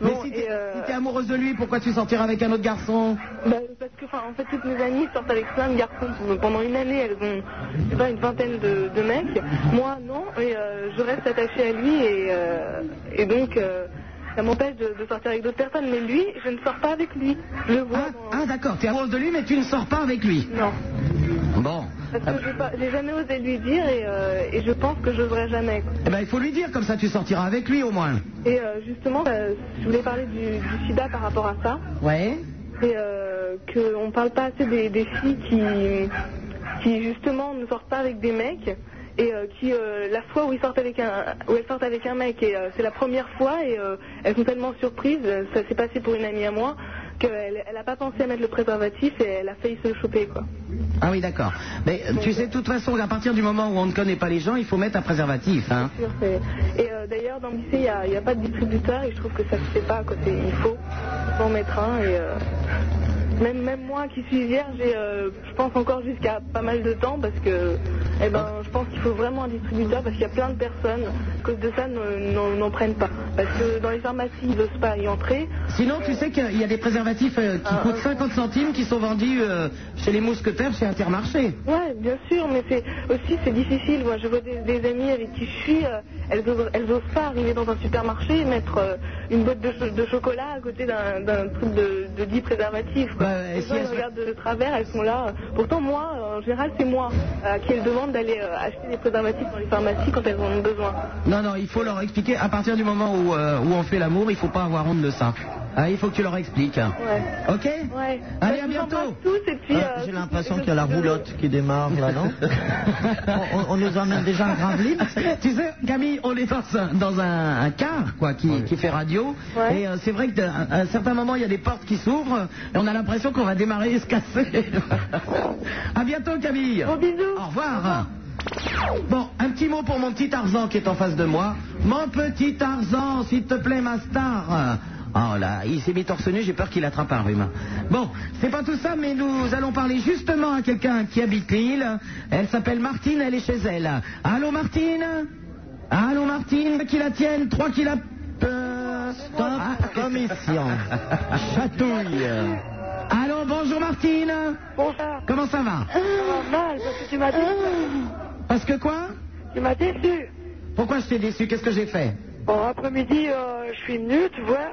S2: Mais
S12: Bon,
S2: si
S12: et,
S2: t'es
S12: euh,
S2: si t'es amoureuse de lui, pourquoi tu sortiras avec un autre garçon
S12: Bah, parce que, enfin, en fait, toutes mes amies sortent avec plein de garçons. Pendant une année, elles ont, je sais pas, une vingtaine de, de mecs. Moi, non, et euh, je reste attachée à lui, et, euh, et donc, euh, ça m'empêche de, de sortir avec d'autres personnes. Mais lui, je ne sors pas avec lui. Je le vois.
S2: Ah, d'accord, t'es amoureuse de lui, mais tu ne sors pas avec lui.
S12: Non.
S2: Bon.
S12: Parce que j'ai pas- j'ai jamais osé lui dire, et, euh, et je pense que je n'oserai jamais. quoi.
S2: Eh ben, il faut lui dire, comme ça tu sortiras avec lui au moins.
S12: Et euh, justement, euh, je voulais parler du, du sida par rapport à ça.
S2: Ouais.
S12: Et euh, qu'on ne parle pas assez des, des filles qui, qui, justement, ne sortent pas avec des mecs. Et euh, qui, euh, la fois où, ils sortent avec un, où elles sortent avec un mec, et euh, c'est la première fois, et euh, elles sont tellement surprises, euh, ça s'est passé pour une amie à moi, qu'elle n'a pas pensé à mettre le préservatif et elle a failli se le choper. Quoi.
S2: Ah oui, d'accord. Mais euh, tu sais, de toute façon, à partir du moment où on ne connaît pas les gens, il faut mettre un préservatif. Hein.
S12: Sûr, c'est- Et euh, d'ailleurs, dans le lycée, il n'y a, il y a pas de distributeur et je trouve que ça ne se fait pas. Quoi. C'est- Il faut faut en mettre un. Et, euh, même, même moi qui suis vierge, et, euh, je pense encore jusqu'à pas mal de temps parce que eh ben, je pense qu'il faut vraiment un distributeur parce qu'il y a plein de personnes, à cause de ça, ne- n'en n'en prennent pas. Parce que dans les pharmacies, ils n'osent pas y entrer.
S2: Sinon, tu sais qu'il y a des préservatifs euh, qui coûtent 50 centimes qui sont vendus euh, chez les mousquetaires, chez Intermarché.
S12: Ouais, bien sûr, mais c'est aussi c'est difficile. Moi, je vois des, des amies avec qui je suis, euh, elles, osent, elles osent pas arriver dans un supermarché et mettre euh, une boîte de, cho- de chocolat à côté d'un d'un truc de, de 10 préservatifs. quoi. Les gens, elles regardent de travers, elles sont là. Pourtant, moi, euh, en général, c'est moi à qui elles demandent d'aller euh, acheter des préservatifs dans les pharmacies quand elles en ont besoin.
S2: Non, non, il faut leur expliquer. À partir du moment où, euh, où on fait l'amour, il faut pas avoir honte de ça. Ah, il faut que tu leur expliques.
S12: Ouais.
S2: Ok
S12: Ouais.
S2: Allez,
S12: Je
S2: à
S12: vous
S2: bientôt.
S12: embrasse tous et puis,
S3: Ah,
S12: euh,
S3: J'ai l'impression qu'il y a la roulotte qui démarre là, non on, on- on nous emmène déjà un grand livre.
S2: tu sais, Camille, on est face à- dans un, un car quoi, qui, qui fait radio. Et euh, c'est vrai qu'à un certain moment, il y a des portes qui s'ouvrent. Et on a l'impression qu'on va démarrer et se casser. à bientôt, Camille. Au revoir. Bon, un petit mot pour mon petit Tarzan qui est en face de moi. Mon petit Tarzan, s'il te plaît, ma star. Oh là, il s'est mis torse nu, j'ai peur qu'il attrape un rhume. Bon, c'est pas tout ça, mais nous allons parler justement à quelqu'un qui habite l'île. Elle s'appelle Martine, elle est chez elle. Allô Martine Allô Martine, qui la tienne, trois qui la... Euh, stop, commission. Chatouille. Allô, bonjour Martine.
S13: Bonjour.
S2: Comment ça va
S13: Ça va mal parce que tu m'as déçu.
S2: Parce que quoi
S13: Tu m'as déçu.
S2: Pourquoi je t'ai déçu Qu'est-ce que j'ai fait
S13: Bon, après-midi, euh, je suis venue tu vois.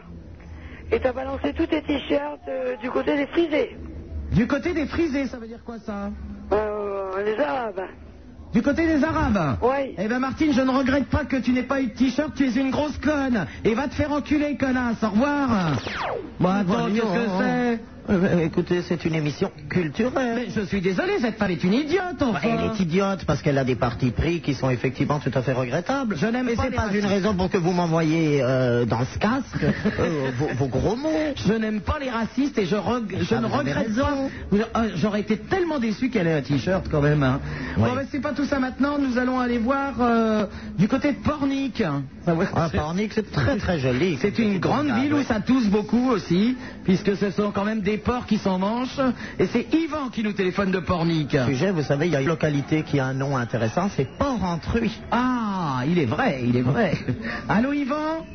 S13: Et t'as balancé tous tes t-shirts euh, du côté des frisés.
S2: Du côté des frisés, ça veut dire quoi ça
S13: Euh, les arabes.
S2: Du côté des Arabes
S13: Oui.
S2: Eh ben Martine, je ne regrette pas que tu n'aies pas eu de t-shirt, tu es une grosse conne. Et va te faire enculer, connasse, au revoir. Bon, attends, qu'est-ce que c'est
S3: hein. Euh, Écoutez, c'est une émission culturelle. Bah,
S2: Mais je suis désolé, cette femme est une idiote, enfin.
S3: Elle est idiote parce qu'elle a des partis pris qui sont effectivement tout à fait regrettables. Je n'aime Mais
S2: pas
S3: c'est
S2: les
S3: pas
S2: racistes.
S3: une raison pour que vous m'envoyez euh, dans ce casque euh, vos, vos gros mots.
S2: Je n'aime pas les racistes et je, reg- je
S3: Ah,
S2: ne
S3: vous avez
S2: regrette
S3: raison.
S2: pas. Vous- euh, J'aurais été tellement déçu qu'elle ait un t-shirt quand même. hein. Bon, ben, c'est pas tout ça maintenant. Nous allons aller voir euh, du côté de Pornic.
S3: Ah, Pornic, c'est très très joli.
S2: C'est une grande
S3: Ah,
S2: ville où
S3: ouais.
S2: ça tousse beaucoup aussi, puisque ce sont quand même des porcs qui s'en mangent. Et c'est Yvan qui nous téléphone de Pornic.
S3: Sujet, vous savez, il y a une localité qui a un nom intéressant, c'est Port-Entrui.
S2: Ah, il est vrai, il est vrai. Allô Yvan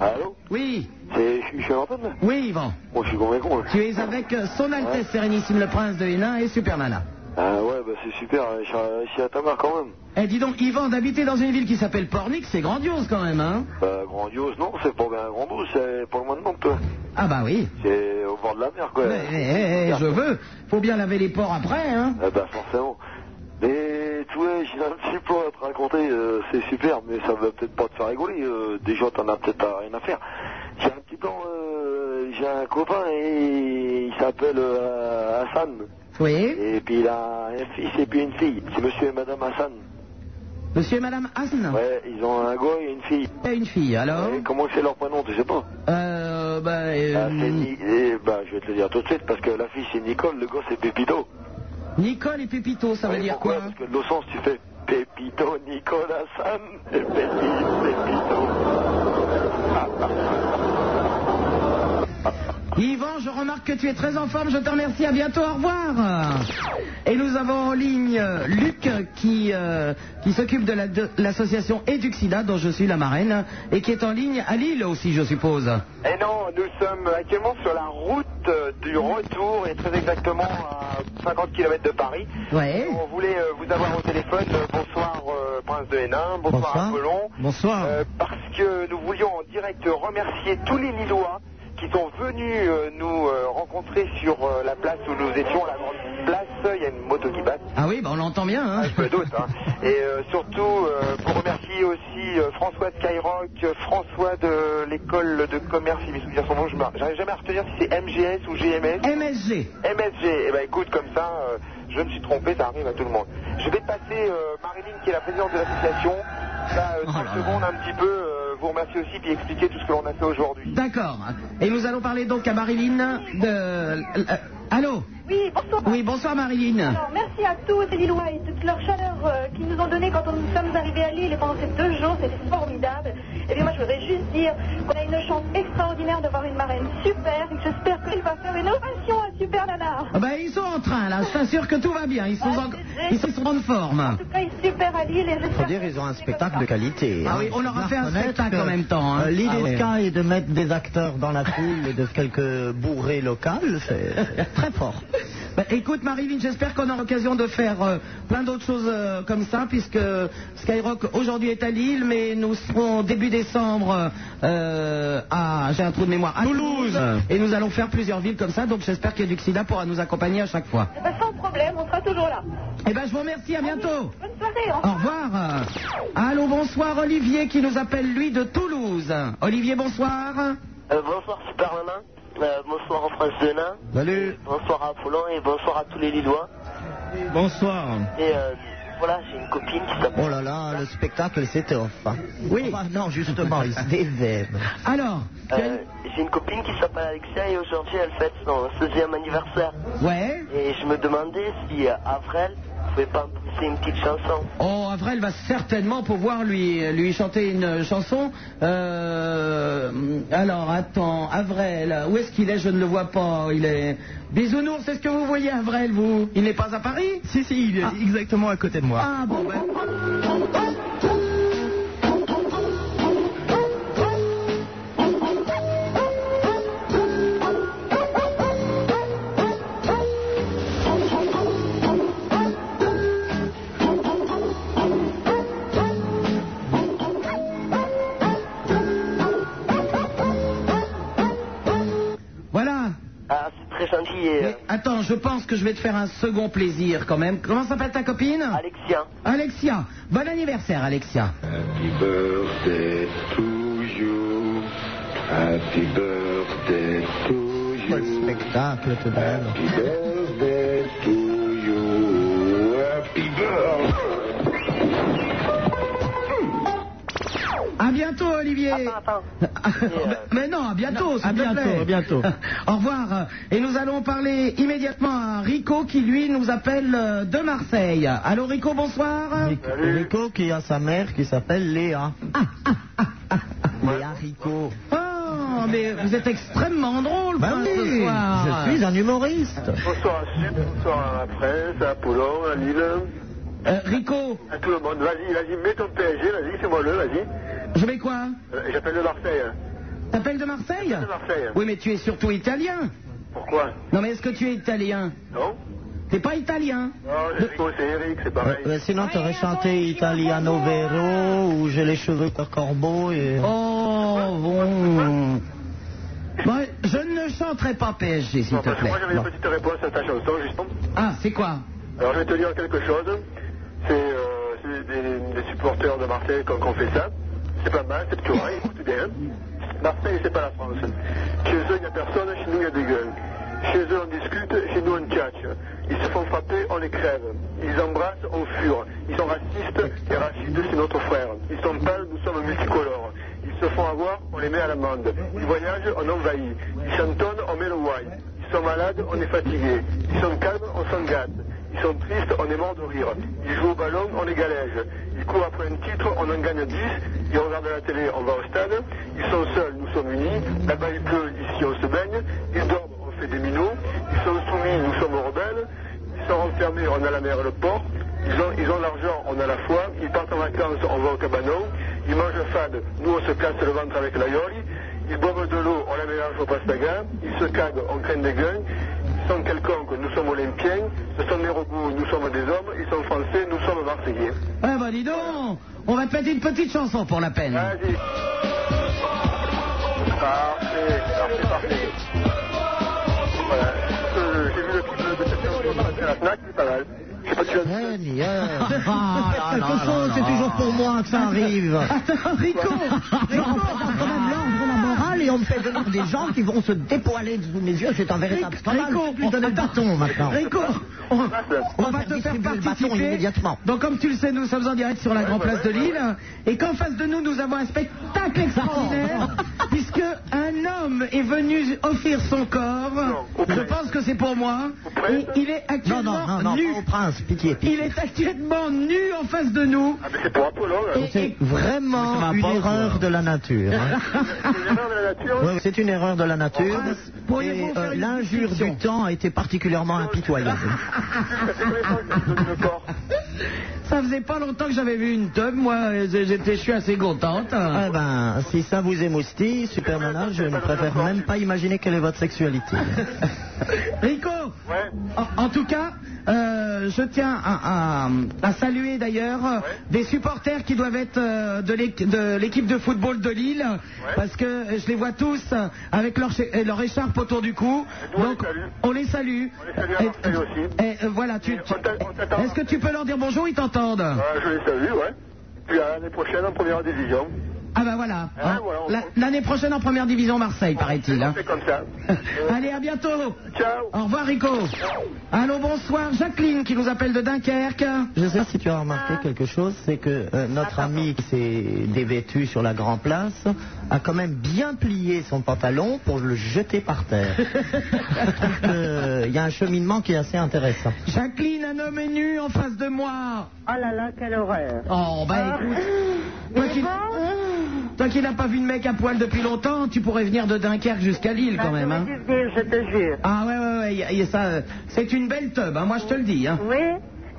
S14: Allô
S2: Oui.
S14: C'est, je suis- je suis à l'antenne
S2: Oui Yvan.
S14: Bon, je suis convaincu.
S2: Tu es avec euh, Son Altesse Sérénissime le Prince de Hénin et Super Nana.
S14: Ah ouais, bah c'est super, je suis à- je suis à ta mère quand même.
S2: Eh dis donc Yvan, d'habiter dans une ville qui s'appelle Pornic, c'est grandiose quand même, hein
S14: Bah grandiose, non, c'est pas bien grandiose, c'est pas loin de Nantes, toi.
S2: Ah bah oui.
S14: C'est au bord de la mer, quoi.
S2: Eh, eh, eh, je veux. Faut bien laver les porcs après, hein
S14: Ah bah forcément. Mais tu vois, j'ai un petit peu à te raconter, euh, c'est super, mais ça va peut-être pas te faire rigoler. euh, déjà, t'en as peut-être à rien à faire. J'ai un petit plan, euh, j'ai un copain et il s'appelle euh, Hassan.
S2: Oui.
S14: Et puis il a un fils et puis une fille. C'est monsieur et madame Hassan.
S2: Monsieur et Madame Hassan
S14: Ouais, ils ont un gars et une fille.
S2: Et une fille, alors
S14: Et comment c'est leur prénom, tu sais pas
S2: Euh, bah... euh,
S14: Ah, c'est Ni- eh, bah, je vais te le dire tout de suite, parce que la fille c'est Nicole, le gars c'est Pépito.
S2: Nicole et Pépito, ça veut
S14: Et
S2: dire
S14: pourquoi
S2: quoi
S14: Parce que de l'essence tu fais Pépito, Nicole, Hassan, et Pépi- Pépito.
S2: Yvan, je remarque que tu es très en forme, je te remercie, à bientôt, au revoir. Et nous avons en ligne euh, Luc qui, euh, qui s'occupe de la- de l'association Eduxida dont je suis la marraine et qui est en ligne à Lille aussi, je suppose.
S9: Et Eh non, nous sommes actuellement sur la route euh, du retour et très exactement à 50 km de Paris.
S2: Ouais.
S9: On voulait euh, vous avoir au téléphone. Euh, Bonsoir euh, Prince de Hénin, bonsoir, Apollon.
S3: Bonsoir.
S9: Euh, parce que nous voulions en direct remercier tous les Lillois qui sont venus euh, nous euh, rencontrer sur euh, la place où nous étions, la grande place. Il y a une moto qui passe.
S2: Ah oui, bah on l'entend bien. Hein.
S9: Je me doute, hein. Et euh, surtout, euh, pour remercier aussi euh, François de Skyrock, euh, François de l'école de commerce, il me souvient son nom, je me- j'arrive jamais à retenir si c'est MGS ou GMS.
S2: MSG.
S9: MSG, et eh ben écoute, comme ça, euh, je me suis trompé, ça arrive à tout le monde. Je vais passer euh, Marilyn, qui est la présidente de l'association, là, euh, 30 secondes un petit peu, euh, vous remercier aussi, puis expliquer tout ce que l'on a fait aujourd'hui.
S2: D'accord. Et nous allons parler donc à Marilyn de... euh, allô
S13: Oui, bonsoir.
S2: Oui, bonsoir Marilyn.
S13: Alors, merci à tous ces Lillois et toute leur chaleur euh, qu'ils nous ont donnée quand nous sommes arrivés à Lille et pendant ces deux jours, c'était formidable. Et bien moi, je voudrais juste dire qu'on a une chance extraordinaire d'avoir une marraine super et que j'espère
S15: qu'il va faire une ovation à Super Nana.
S2: Ah ben, ils sont en train, là. Je t'assure que tout va bien. Ils sont, en... ils sont en forme.
S15: En tout cas, il est super à Lille et
S3: Il faut dire, ils ont un spectacle de qualité.
S2: Ah
S3: hein.
S2: oui, on leur a fait un spectacle
S3: que,
S2: en même temps. hein.
S3: euh, L'idée
S2: Ah ouais.
S3: de Sky est de mettre des acteurs dans la foule et de quelques bourrées locales, c'est c'est très fort.
S2: Bah, écoute Marilyn, j'espère qu'on aura l'occasion de faire euh, plein d'autres choses euh, comme ça, puisque Skyrock aujourd'hui est à Lille, mais nous serons début décembre euh, à, j'ai un trou de mémoire, à Toulouse, et nous allons faire plusieurs villes comme ça, donc j'espère que Duxida pourra nous accompagner à chaque fois.
S15: Eh ben, sans problème, on sera toujours là.
S2: Eh ben je vous
S13: Ah
S2: remercie, à bientôt.
S15: Bonne soirée,
S13: hein.
S15: au
S2: Au revoir. Allô, bonsoir Olivier qui nous appelle lui de Toulouse. Olivier, bonsoir.
S16: Euh, bonsoir Superman, euh, bonsoir en France de Nain.
S3: Salut.
S16: bonsoir à Apollon et bonsoir à tous les Lillois.
S3: Bonsoir.
S16: Et euh, voilà, j'ai une copine qui s'appelle...
S3: Oh là là, le spectacle c'était off. hein. Oui. Enfin, non, justement, il se dévène.
S2: Alors
S16: Euh, J'ai une copine qui s'appelle Alexia et aujourd'hui elle fête son 16e anniversaire.
S2: Ouais.
S16: Et je me demandais si euh, après elle, vous pouvez pas me pousser une petite chanson.
S2: Oh, Avril va certainement pouvoir lui, lui chanter une chanson. Euh, alors, attends, Avril, où est-ce qu'il est Je ne le vois pas. Il est. Bisounours, c'est ce que vous voyez, Avril, vous Il n'est pas à Paris Si, si, il est exactement à côté de moi. Ah, bon, ben. Voilà.
S16: Ah, c'est très gentil et... euh,
S2: Attends, je pense que je vais te faire un second plaisir quand même. Comment s'appelle ta copine
S16: Alexia.
S2: Alexia. Bon anniversaire, Alexia.
S8: Happy birthday to you. Happy birthday to you.
S3: Quel spectacle tout de même.
S8: Happy birthday to you. Happy birthday.
S2: À bientôt, Olivier.
S9: euh,
S2: Mais non, à bientôt. s'il
S3: à
S2: te
S3: bientôt,
S2: plaît.
S3: à bientôt.
S2: Au revoir. Et nous allons parler immédiatement à Rico qui, lui, nous appelle euh, de Marseille. Allô, Rico, bonsoir.
S3: Rico qui a sa mère qui s'appelle Léa.
S2: Ah,
S3: Léa Rico.
S2: Oh, mais vous êtes extrêmement drôle,
S3: Ben
S2: prince,
S3: oui,
S2: ah, ce soir.
S3: je suis un humoriste.
S9: Bonsoir à Sup, bonsoir à la presse, à Apollon, à Lille,
S2: Euh, Rico,
S9: à tout le monde. Vas-y, vas-y, mets ton PSG, vas-y, fais-moi le, vas-y.
S2: je mets quoi hein
S9: Euh, J'appelle le Marseille. hein.
S2: T'appelles de Marseille
S9: De Marseille.
S2: Oui, mais tu es surtout italien.
S9: Pourquoi
S2: Non, mais est-ce que tu es italien
S9: Non
S2: T'es pas italien
S9: Non, c'est Oh, Rico, c'est Eric, c'est
S3: Euh,
S9: pareil.
S3: euh, sinon, tu aurais chanté Italiano Vero ou J'ai les cheveux de corbeau et.
S2: Oh,
S9: Hein?
S2: bon. Bon, je ne chanterai pas PSG, s'il
S9: Non,
S2: te
S9: parce que
S2: plaît.
S9: moi j'avais
S2: Bon.
S9: une petite réponse à ta chanson, justement.
S2: Ah, c'est quoi
S9: Alors je vais te dire quelque chose. C'est euh, c'est des, des supporters de Marseille qui ont qui ont fait ça. C'est pas mal, c'est tout vrai, écoute bien. Marseille, c'est pas la France. Chez eux, il n'y a personne, chez nous, il y a des gueules. Chez eux, on discute, chez nous, on tchatche. Ils se font frapper, on les crève. Ils embrassent, on fure. Ils sont racistes, et Rachid, c'est notre frère. Ils sont pâles, nous sommes multicolores. Ils se font avoir, on les met à l'amende. Ils voyagent, on envahit. Ils chantonnent, on met le wine. Ils sont malades, on est fatigué. Ils sont calmes, on s'engage. Ils sont tristes, on est mort de rire. Ils jouent au ballon, on les galège. Ils courent après un titre, on en gagne 10. Ils regardent la télé, on va au stade. Ils sont seuls, nous sommes unis. Là-bas il pleut, ici on se baigne. Ils dorment, on fait des minots. Ils sont soumis, nous sommes rebelles. Ils sont enfermés, on a la mer et le port. Ils ont, ils ont l'argent, on a la foi. Ils partent en vacances, on va au cabanon. Ils mangent fade, nous on se casse le ventre avec la yoli. Ils boivent de l'eau, on la mélange au pastaga. Ils se caguent, on craint des gueules. Ils sont quelconques, nous sommes olympiens. Ce sont des robots, nous sommes des hommes. Ils sont français, nous sommes marseillais.
S2: Ah bah dis donc On va te mettre une petite chanson pour la peine.
S9: Vas-y. Parfait, parfait, parfait. Voilà. Euh, J'ai vu le clip de cette chanson passer à la FNAC, c'est pas mal. Je sais pas si tu as vu.
S3: Seigneur.
S2: Ah, là, là,
S3: Quelque
S2: là,
S3: chose,
S2: là,
S3: c'est
S2: là.
S3: toujours pour moi que ça arrive.
S2: Attends, Rico
S3: Non, on perd quand même l'ordre, la morale, et on me fait venir des gens qui vont se dépoiler sous mes yeux. C'est un véritable scandale.
S2: Rico,
S3: Je vais lui donner le bâton maintenant.
S2: Rico, on, on va te
S3: distribuer
S2: faire
S3: le bâton
S2: participer.
S3: immédiatement.
S2: Donc comme tu le sais, nous sommes en direct sur la Grand Place de Lille. Et qu'en face de nous, nous avons un spectacle extraordinaire.
S9: Oh.
S2: puisque un homme est venu offrir son corps. Je pense que c'est pour moi. Et il est
S3: Non, non,
S2: actuellement
S3: non, non,
S2: nu.
S3: pas au prince, pitié. pitié.
S2: Il est actuellement nu en face de nous.
S9: Ah, mais c'est pour Apollo, là.
S3: C'est vraiment
S2: Ça
S3: une
S2: m'importe,
S3: erreur
S2: moi.
S3: de la nature. hein.
S9: C'est l'erreur de la
S3: nature. c'est une erreur de la nature.
S5: Ah,
S3: Et euh, l'injure du temps a été particulièrement impitoyable.
S2: Ça faisait pas longtemps que j'avais vu une tub, moi, j'étais, je suis assez contente.
S3: Ah ben, si ça vous émoustille, Super Nana, je ne préfère même pas imaginer quelle est votre sexualité.
S2: Rico en, en tout cas, euh, je tiens à, à- à saluer d'ailleurs euh, des supporters qui doivent être euh, de l'équ- de l'équipe de football de Lille, parce que euh, je les vois tous euh, avec leur, ché- et leur écharpe autour du cou. Donc, on les salue. Et- et, euh, voilà, tu- tu- est-ce que tu peux leur dire bonjour Ils t'entendent.
S9: Ouais, Ah, je les salue, ouais. Puis à l'année prochaine en première division.
S2: Ah ben voilà.
S9: Ouais,
S2: hein.
S9: voilà, on-
S2: La- L'année prochaine en première division Marseille, paraît-il. hein.
S9: C'est comme ça.
S2: Allez, à bientôt. Ciao. Au revoir, Rico. Allô, bonsoir. Jacqueline qui nous appelle de Dunkerque.
S3: Je sais pas si tu as remarqué quelque chose, c'est que euh, notre ami qui s'est dévêtu sur la Grand Place a quand même bien plié son pantalon pour le jeter par terre. Euh, Il y a un cheminement qui est assez intéressant.
S2: Jacqueline, un homme est nu en face de moi.
S15: Oh là là, quelle horreur. Ah.
S2: Oh, bah écoute. Toi qui, toi qui n'as pas vu de mec à poil depuis longtemps, tu pourrais venir de Dunkerque jusqu'à Lille quand même. Hein.
S15: Bah, je te jure.
S2: Ah ouais, ouais, ouais. y a- y a ça, euh, c'est une belle teub, hein, moi je te le dis. Hein.
S15: Oui.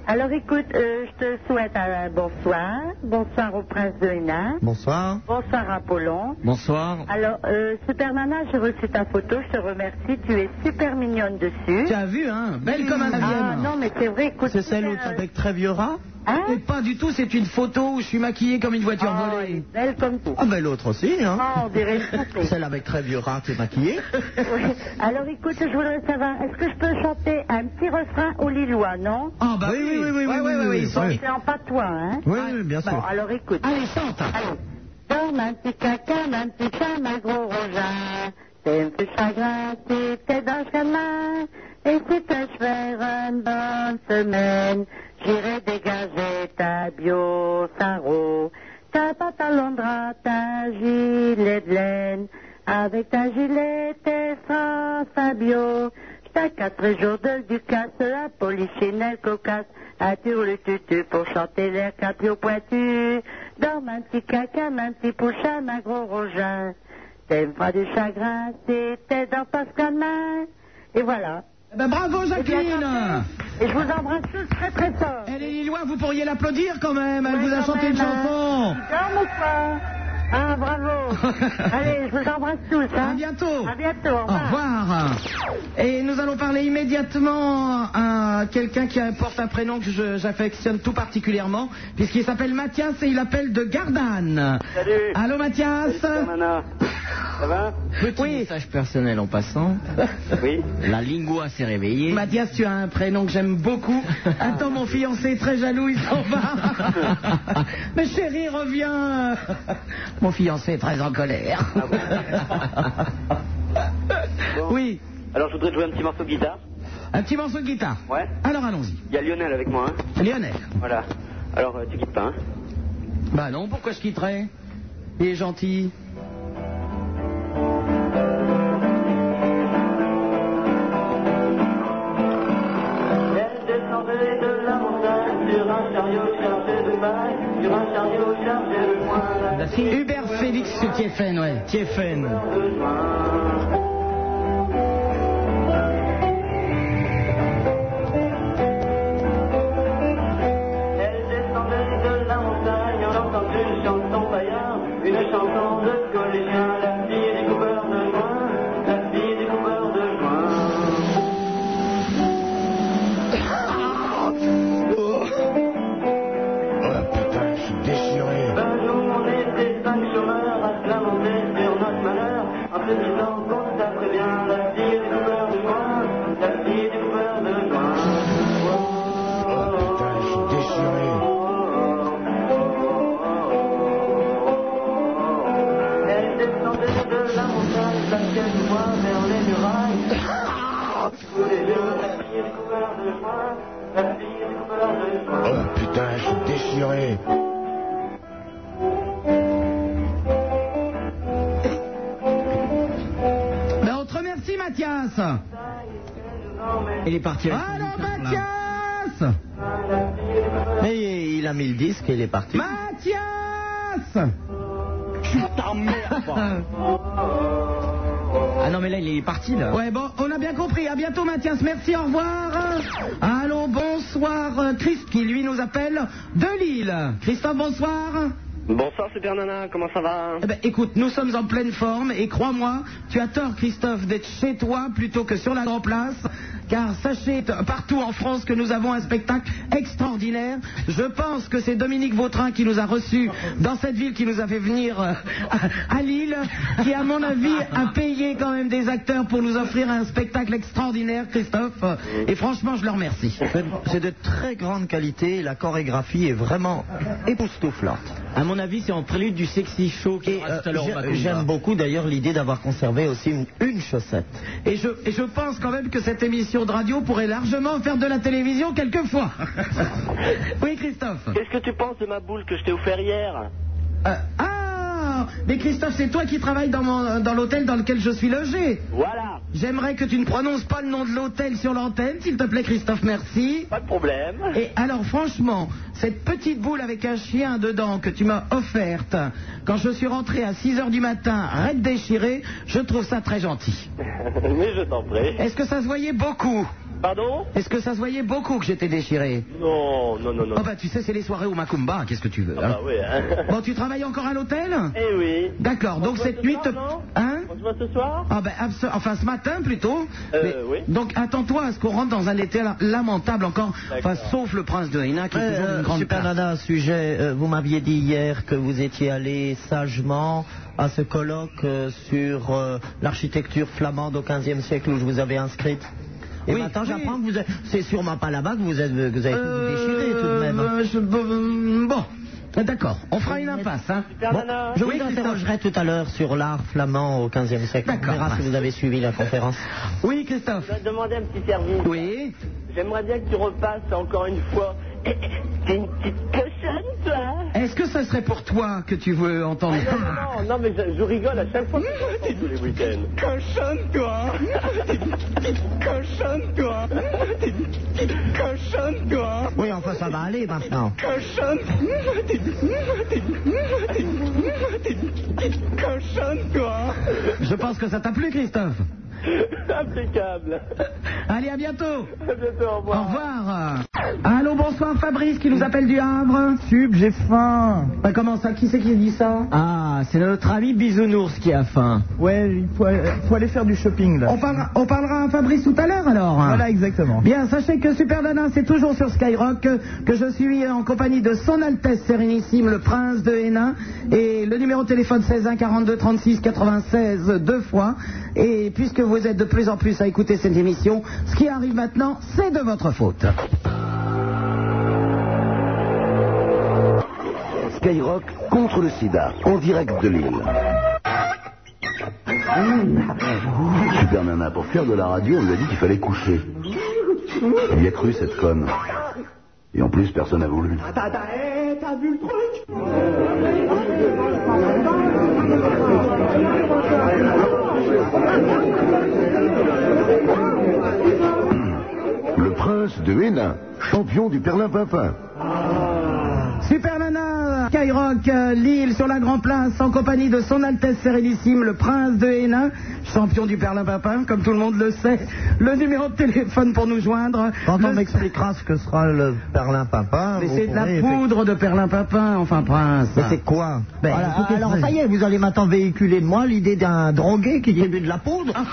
S15: Alors écoute, euh, je te souhaite un bonsoir. Bonsoir au prince de Hénin.
S3: Bonsoir.
S15: Bonsoir à Apollon.
S17: Bonsoir.
S15: Alors, euh, Super Nana, j'ai reçu ta photo, je te remercie, tu es super mignonne dessus. Tu
S2: as vu, hein Belle comme un
S15: Ah
S2: avion.
S15: non, mais c'est vrai, écoute.
S3: C'est celle où avec très vieux rat
S15: Hein
S2: Et pas du tout, c'est une photo où je suis maquillée comme une voiture volée.
S15: Ah, Belle comme tout.
S3: Ah ben l'autre aussi, hein
S15: Ah, on dirait une poupée.
S3: Celle avec très vieux rat qui est maquillée.
S15: Oui. Alors écoute, je voudrais savoir, est-ce que je peux chanter un petit refrain au Lillois, non
S2: Ah bah oui, oui, oui, oui, oui, oui, oui, ils sont-
S15: C'est en patois, hein
S2: Oui, oui, bien
S15: Bon,
S2: sûr.
S15: alors écoute.
S2: Allez, chante
S15: Comme un petit caca, un petit chat, un gros rogin, c'est un petit chagrin qui t'est dans le chemin. Et si je faire une bonne semaine, j'irai dégager ta bio, sarro, ta pantalondra, ta gilet de laine. Avec ta gilet, t'es sans Fabio. T'as quatre jours de Ducasse, la polichinelle cocasse. Attire le tutu pour chanter l'air capio pointu. Dorme un petit caca, un petit poucha, un gros rogin. T'aimeras du chagrin si t'es dans Pascal Main. Et voilà.
S2: Ben, bravo
S15: Et, bien,
S2: Jacqueline
S15: Et je vous embrasse tous Ah, très très fort.
S2: Elle est lilloise, Eh, vous pourriez l'applaudir quand même, elle
S15: Ouais,
S2: vous a
S15: quand
S2: chanté une
S15: même, hein.
S2: chanson
S15: Dorme ou pas Ah, bravo. Allez, je vous embrasse tous. Hein.
S2: À bientôt.
S15: À bientôt. Au
S2: Au revoir. Et nous allons parler immédiatement à quelqu'un qui porte un prénom que je- j'affectionne tout particulièrement, puisqu'il s'appelle Mathias et il appelle de Gardanne.
S18: Salut.
S2: Allô Mathias
S18: Ça va
S17: Petit message personnel en passant.
S18: Oui.
S17: La lingua s'est réveillée.
S2: Mathias, tu as un prénom que j'aime beaucoup. Attends, mon fiancé est très jaloux, il s'en va. Mais chérie, reviens. Mon fiancé est très en colère. Oui.
S16: Alors je voudrais jouer un petit morceau de guitare.
S2: Un petit morceau de guitare.
S16: Ouais.
S2: Alors allons-y.
S16: Il y a Lionel avec moi. Hein.
S2: Lionel.
S16: Voilà. Alors euh, tu quittes pas. Hein.
S2: Bah non, pourquoi je quitterais Il est gentil.
S4: Elle descendait de la montagne sur un chariot chargé de paille, sur un chariot chargé de poing.
S2: Hubert Félix Tiefen, ouais. Tiefen.
S4: Elle descendait de la montagne, on entendait une chanson paillard, une chanson de collégien, la fille des coupeurs de joint, la fille des coupeurs de joint.
S19: Oh la putain, je suis déchiré.
S4: Ben nous on était cinq chômeurs à se lamenter sur notre malheur En se disant qu'on s'appelait bien la fille du coupeur de joint La fille du coupeur de joint Oh putain je suis déchiré Elle descendait de la montagne parce qu'elle nous voit vers les murailles Tous les deux la fille du coupeur de joint La fille du coupeur de joint
S19: Oh putain, je suis déchiré.
S2: Ben on te remercie, Mathias.
S3: Il est parti.
S2: Allô, Mathias
S3: Et il a mis le disque et il est parti.
S2: Mathias
S3: Je
S2: Tue ta mère
S5: Ah non, mais là, il est parti, là.
S2: Ouais, bon, on a bien compris. À bientôt, Mathias. Merci, au revoir. Allô, bonsoir. euh, Chris, qui lui nous appelle de Lille. Christophe, bonsoir.
S16: Bonsoir Super Nana, comment ça va
S2: Eh ben, écoute, nous sommes en pleine forme et crois-moi, tu as tort, Christophe, d'être chez toi plutôt que sur la grande place. Car sachez t- partout en France que nous avons un spectacle extraordinaire. Je pense que c'est Dominique Vautrin qui nous a reçus dans cette ville, qui nous a fait venir euh, à à Lille, qui, à mon avis, a payé quand même des acteurs pour nous offrir un spectacle extraordinaire, Christophe. Et franchement, je le remercie.
S3: C'est de très grande qualité, la chorégraphie est vraiment époustouflante.
S5: À mon avis, c'est en prélude du sexy show qui
S3: Et
S5: aura
S3: euh,
S5: tout à l'heure. au
S3: j'ai-
S5: Macumba.
S3: j'aime beaucoup d'ailleurs l'idée d'avoir conservé aussi une, une chaussette.
S2: Et je, et je pense quand même que cette émission de radio pourrait largement faire de la télévision quelquefois. oui, Christophe.
S16: Qu'est-ce que tu penses de ma boule que je t'ai offert hier
S2: Euh, ah Mais Christophe, c'est toi qui travailles dans, mon- dans l'hôtel dans lequel je suis logé.
S16: Voilà,
S2: J'aimerais que tu ne prononces pas le nom de l'hôtel sur l'antenne, s'il te plaît, Christophe, merci.
S16: pas de problème.
S2: Et alors, franchement, cette petite boule avec un chien dedans que tu m'as offerte, quand je suis rentré à 6 heures du matin, raide déchirée, je trouve ça très gentil.
S16: Mais je t'en prie.
S2: Est-ce que ça se voyait beaucoup
S16: Pardon
S2: Est-ce que ça se voyait beaucoup que j'étais déchiré
S16: Non, non, non, non.
S2: Oh bah tu sais, c'est les soirées au Macumba, qu'est-ce que tu veux
S16: Ah
S2: hein
S16: bah oui, hein.
S2: Bon, tu travailles encore à l'hôtel
S16: Eh oui.
S2: D'accord,
S16: On
S2: donc
S16: se voit
S2: cette
S16: ce
S2: nuit...
S16: soir,
S2: te-
S16: non
S2: hein
S16: On se voit ce soir
S2: ah ben, abso- enfin ce matin plutôt.
S16: Euh, oui.
S2: Donc attends-toi à ce qu'on rentre dans un été la- lamentable encore, enfin,
S16: D'accord.
S2: sauf le prince de Hénin qui est toujours
S3: Euh,
S2: d'une grande
S3: Super
S2: place.
S3: Nana, un sujet, euh, vous m'aviez dit hier que vous étiez allé sagement à ce colloque euh, sur euh, l'architecture flamande au XVe siècle où je vous avais inscrite. Et
S2: Oui,
S3: maintenant
S2: oui.
S3: j'apprends que vous êtes... C'est sûrement pas là-bas que vous, êtes, que vous avez
S2: Euh,
S3: tout déchiré tout de même.
S2: euh, je-
S3: euh,
S2: bon, bon, d'accord, on fera une impasse. Hein.
S3: Bon,
S2: Bon,
S3: je
S2: oui,
S3: vous
S2: Christophe.
S3: interrogerai tout à l'heure sur l'art flamand au XVe siècle. On
S2: D'accord.
S3: verra si vous avez suivi la conférence.
S2: Oui, Christophe.
S16: Je vais te demander un petit service.
S2: Oui.
S16: J'aimerais bien que tu repasses encore une fois. Eh, T'es une petite cochonne, toi hein
S2: Est-ce que ça serait pour toi que tu veux entendre
S16: Ah, Non, non, non, mais je, je rigole à chaque fois
S6: Mmh,
S16: que je te dis tous les week-ends.
S6: Cochonne, toi T'es une petite cochonne, toi T'es une petite cochonne, toi
S3: Oui, enfin ça va aller maintenant.
S6: Cochonne T'es une t'es une- t'es une petite cochonne, toi
S2: Je pense que ça t'a plu, Christophe.
S16: Impeccable.
S2: Allez, à bientôt.
S16: À bientôt, au
S2: Au
S16: revoir.
S2: revoir. Allô, bonsoir, Fabrice qui nous appelle du Havre. Sub, j'ai faim. comment ça Qui c'est qui dit ça
S5: Ah, c'est notre ami Bisounours qui a faim.
S6: Ouais, il faut, faut aller faire du shopping, là.
S2: On parlera, on parlera à Fabrice tout à l'heure alors.
S6: Voilà, exactement.
S2: Bien, sachez que Super Nana, c'est toujours sur Skyrock, que- que je suis en compagnie de Son Altesse Sérénissime, le Prince de Hénin, et le numéro de téléphone 16 1 42 36 96 deux fois. Et puisque vous êtes de plus en plus à écouter cette émission, ce qui arrive maintenant, c'est de votre faute.
S1: Skyrock contre le sida, en direct de Lille. Super Nana, pour faire de la radio, on lui a dit qu'il fallait coucher. Il y a cru, cette conne. Et en plus, personne n'a voulu. Le prince de Hénin, champion du Perlin-Pimpin.
S2: Super Nana, Skyrock, euh, Lille, sur la Grand Place, en compagnie de Son Altesse Sérénissime, le Prince de Hénin, champion du Perlin-Papin, comme tout le monde le sait. Le numéro de téléphone pour nous joindre.
S3: Quand on
S2: le-
S3: m'expliquera ce que sera le perlin papa,
S2: Mais c'est de la poudre de Perlin-Papin, enfin, Prince.
S3: Mais c'est quoi
S2: Ben,
S3: Voilà,
S2: écoutez,
S3: Alors
S2: c'est-
S3: ça y est, vous allez maintenant véhiculer de moi l'idée d'un drogué qui distribue de la poudre
S2: Ah,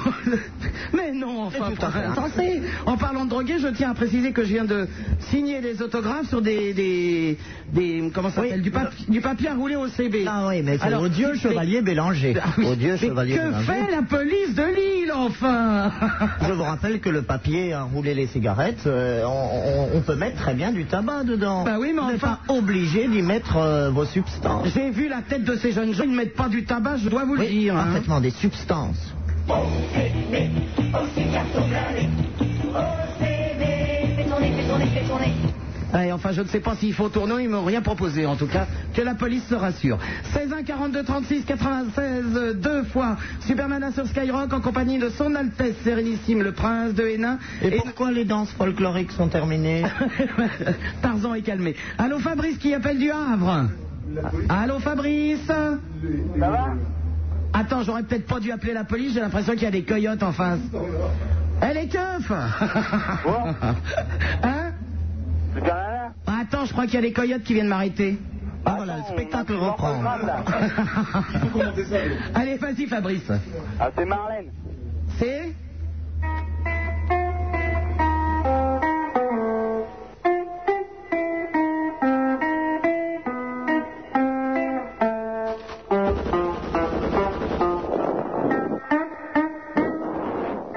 S2: Mais non, enfin,
S3: C'est tout à fait
S2: Prince.
S3: insensé.
S2: En parlant de drogué, je tiens à préciser que je viens de signer des autographes sur des. des, des- comment ça
S3: Oui.
S2: s'appelle du, papi- du papier à rouler au CB.
S3: Ah oui, mais c'est
S2: Alors,
S3: odieux
S2: mais- Ah,
S3: chevalier Bélanger.
S2: Mais-
S3: Odieux
S2: mais
S3: chevalier
S2: que
S3: Bélanger.
S2: fait la police de Lille, enfin
S3: Je vous rappelle que le papier à rouler les cigarettes, euh, on, on- on peut mettre très bien du tabac dedans.
S2: Bah oui, mais
S3: Vous n'êtes
S2: enfin-
S3: pas obligé d'y mettre euh, vos substances.
S2: J'ai vu la tête de ces jeunes gens, ils ne mettent pas du tabac, je dois vous le
S3: Oui,
S2: dire. hein.
S3: parfaitement, des substances.
S2: Ouais, enfin, je ne sais pas s'il faut tourner, ils m'ont rien proposé en tout cas. Que la police se rassure. 16 1 42 36 96 euh, deux fois. Superman sur Skyrock en compagnie de son Altesse Sérénissime, le Prince de Hénin.
S3: Et, pourquoi les danses folkloriques sont terminées
S2: Tarzan est calmé. Allô Fabrice qui appelle du Havre. Allô Fabrice Ça
S20: va
S2: Attends, j'aurais peut-être pas dû appeler la police, j'ai l'impression qu'il y a des coyotes en face. Elle est keuf Hein Ah, Attends, je crois qu'il y a des coyotes qui viennent m'arrêter. Ah, voilà, le spectacle reprend. Allez, vas-y Fabrice.
S16: Ah, c'est Marlène.
S2: C'est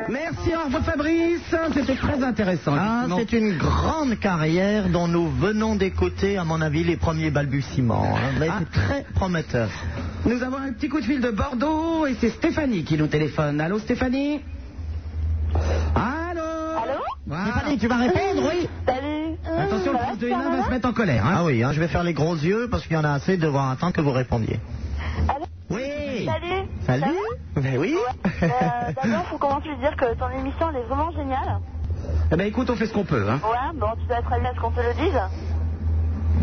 S2: Merci, au revoir Fabrice. C'était très intéressant.
S3: Ah, c'est une grande carrière dont nous venons d'écouter, à mon avis, les premiers balbutiements. hein. Mais c'est très prometteur.
S2: Ah. Nous avons un petit coup de fil de Bordeaux et c'est Stéphanie qui nous téléphone. Allô Stéphanie Allô Allô
S3: Stéphanie, tu vas répondre, oui
S15: Salut
S2: Attention, le prince de Hénin va se mettre en colère. hein.
S3: Ah oui, hein, je vais faire les gros yeux parce qu'il y en a assez de devoir attendre que vous répondiez. Oui
S15: Salut
S3: Salut Ben oui
S15: Euh, D'abord, faut commencer à dire que ton émission, elle est vraiment géniale.
S2: Eh ben écoute, on fait ce qu'on peut. Hein.
S15: Ouais, bon, tu dois être allé à ce qu'on te le dise.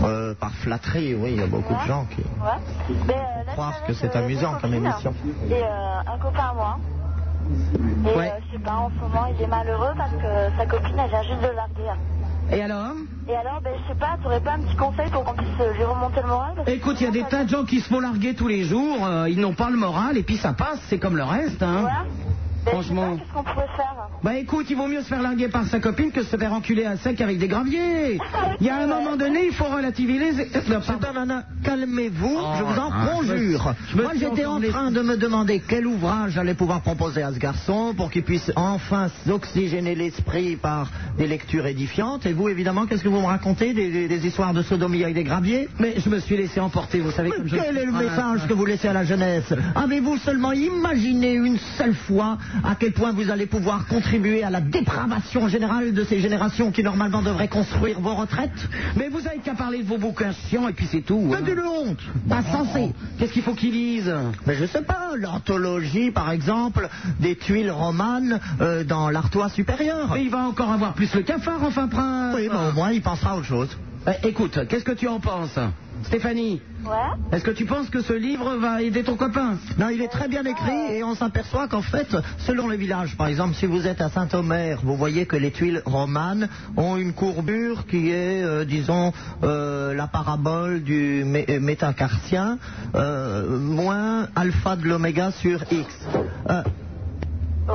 S3: Euh, Par flatterie, oui, il y a beaucoup de gens qui
S15: Ouais. Mais euh, là,
S3: croient que c'est
S15: euh,
S3: amusant comme
S15: j'ai une
S3: émission.
S15: copine Et euh, un copain à moi. Et euh, je sais pas, en ce moment, il est malheureux parce que sa copine, elle vient juste de le larguer.
S2: Et alors
S15: Et alors, ben, je sais pas, t'aurais pas un petit conseil pour qu'on puisse euh, lui remonter le moral parce que
S2: Écoute, il y a des tas de gens qui se font larguer tous les jours, euh, ils n'ont pas le moral et puis ça passe, c'est comme le reste. Hein. Franchement.
S15: Qu'est-ce qu'on pourrait faire
S2: Bah écoute, il vaut mieux se faire larguer par sa copine que se faire enculer à sec avec des graviers. Il y a un moment donné, il faut relativiser. Euh,
S3: calmez-vous, je vous en
S2: Ah,
S3: conjure. Moi, j'étais en train de me demander quel ouvrage j'allais pouvoir proposer à ce garçon pour qu'il puisse enfin s'oxygéner l'esprit par des lectures édifiantes. Et vous, évidemment, qu'est-ce que vous me racontez des, des- des histoires de sodomie avec des graviers
S2: Mais je me suis laissé emporter, vous savez. comme je-
S3: Quel est le
S2: Voilà.
S3: message que vous laissez à la jeunesse Avez-vous seulement imaginé une seule fois à quel point vous allez pouvoir contribuer à la dépravation générale de ces générations qui normalement devraient construire vos retraites
S2: Mais vous avez qu'à parler de vos bouquins chiants et puis c'est tout. hein.
S3: C'est une honte Pas censé
S2: Qu'est-ce qu'il faut qu'il lise
S3: Mais je sais pas, l'anthologie par exemple des tuiles romanes euh, dans l'Artois supérieur.
S2: Mais il va encore avoir plus le cafard, enfin, prince.
S3: Oui, bah, au moins il pensera à autre chose.
S2: Euh, écoute, qu'est-ce que tu en penses Stéphanie
S15: Ouais
S2: Est-ce que tu penses que ce livre va aider ton copain
S3: Non, il est très bien écrit et on s'aperçoit qu'en fait, selon les villages, par exemple, si vous êtes à Saint-Omer, vous voyez que les tuiles romanes ont une courbure qui est, euh, disons, euh, la parabole du mé- euh, métacartien, euh, moins alpha de l'oméga sur X. Euh,
S15: Ouais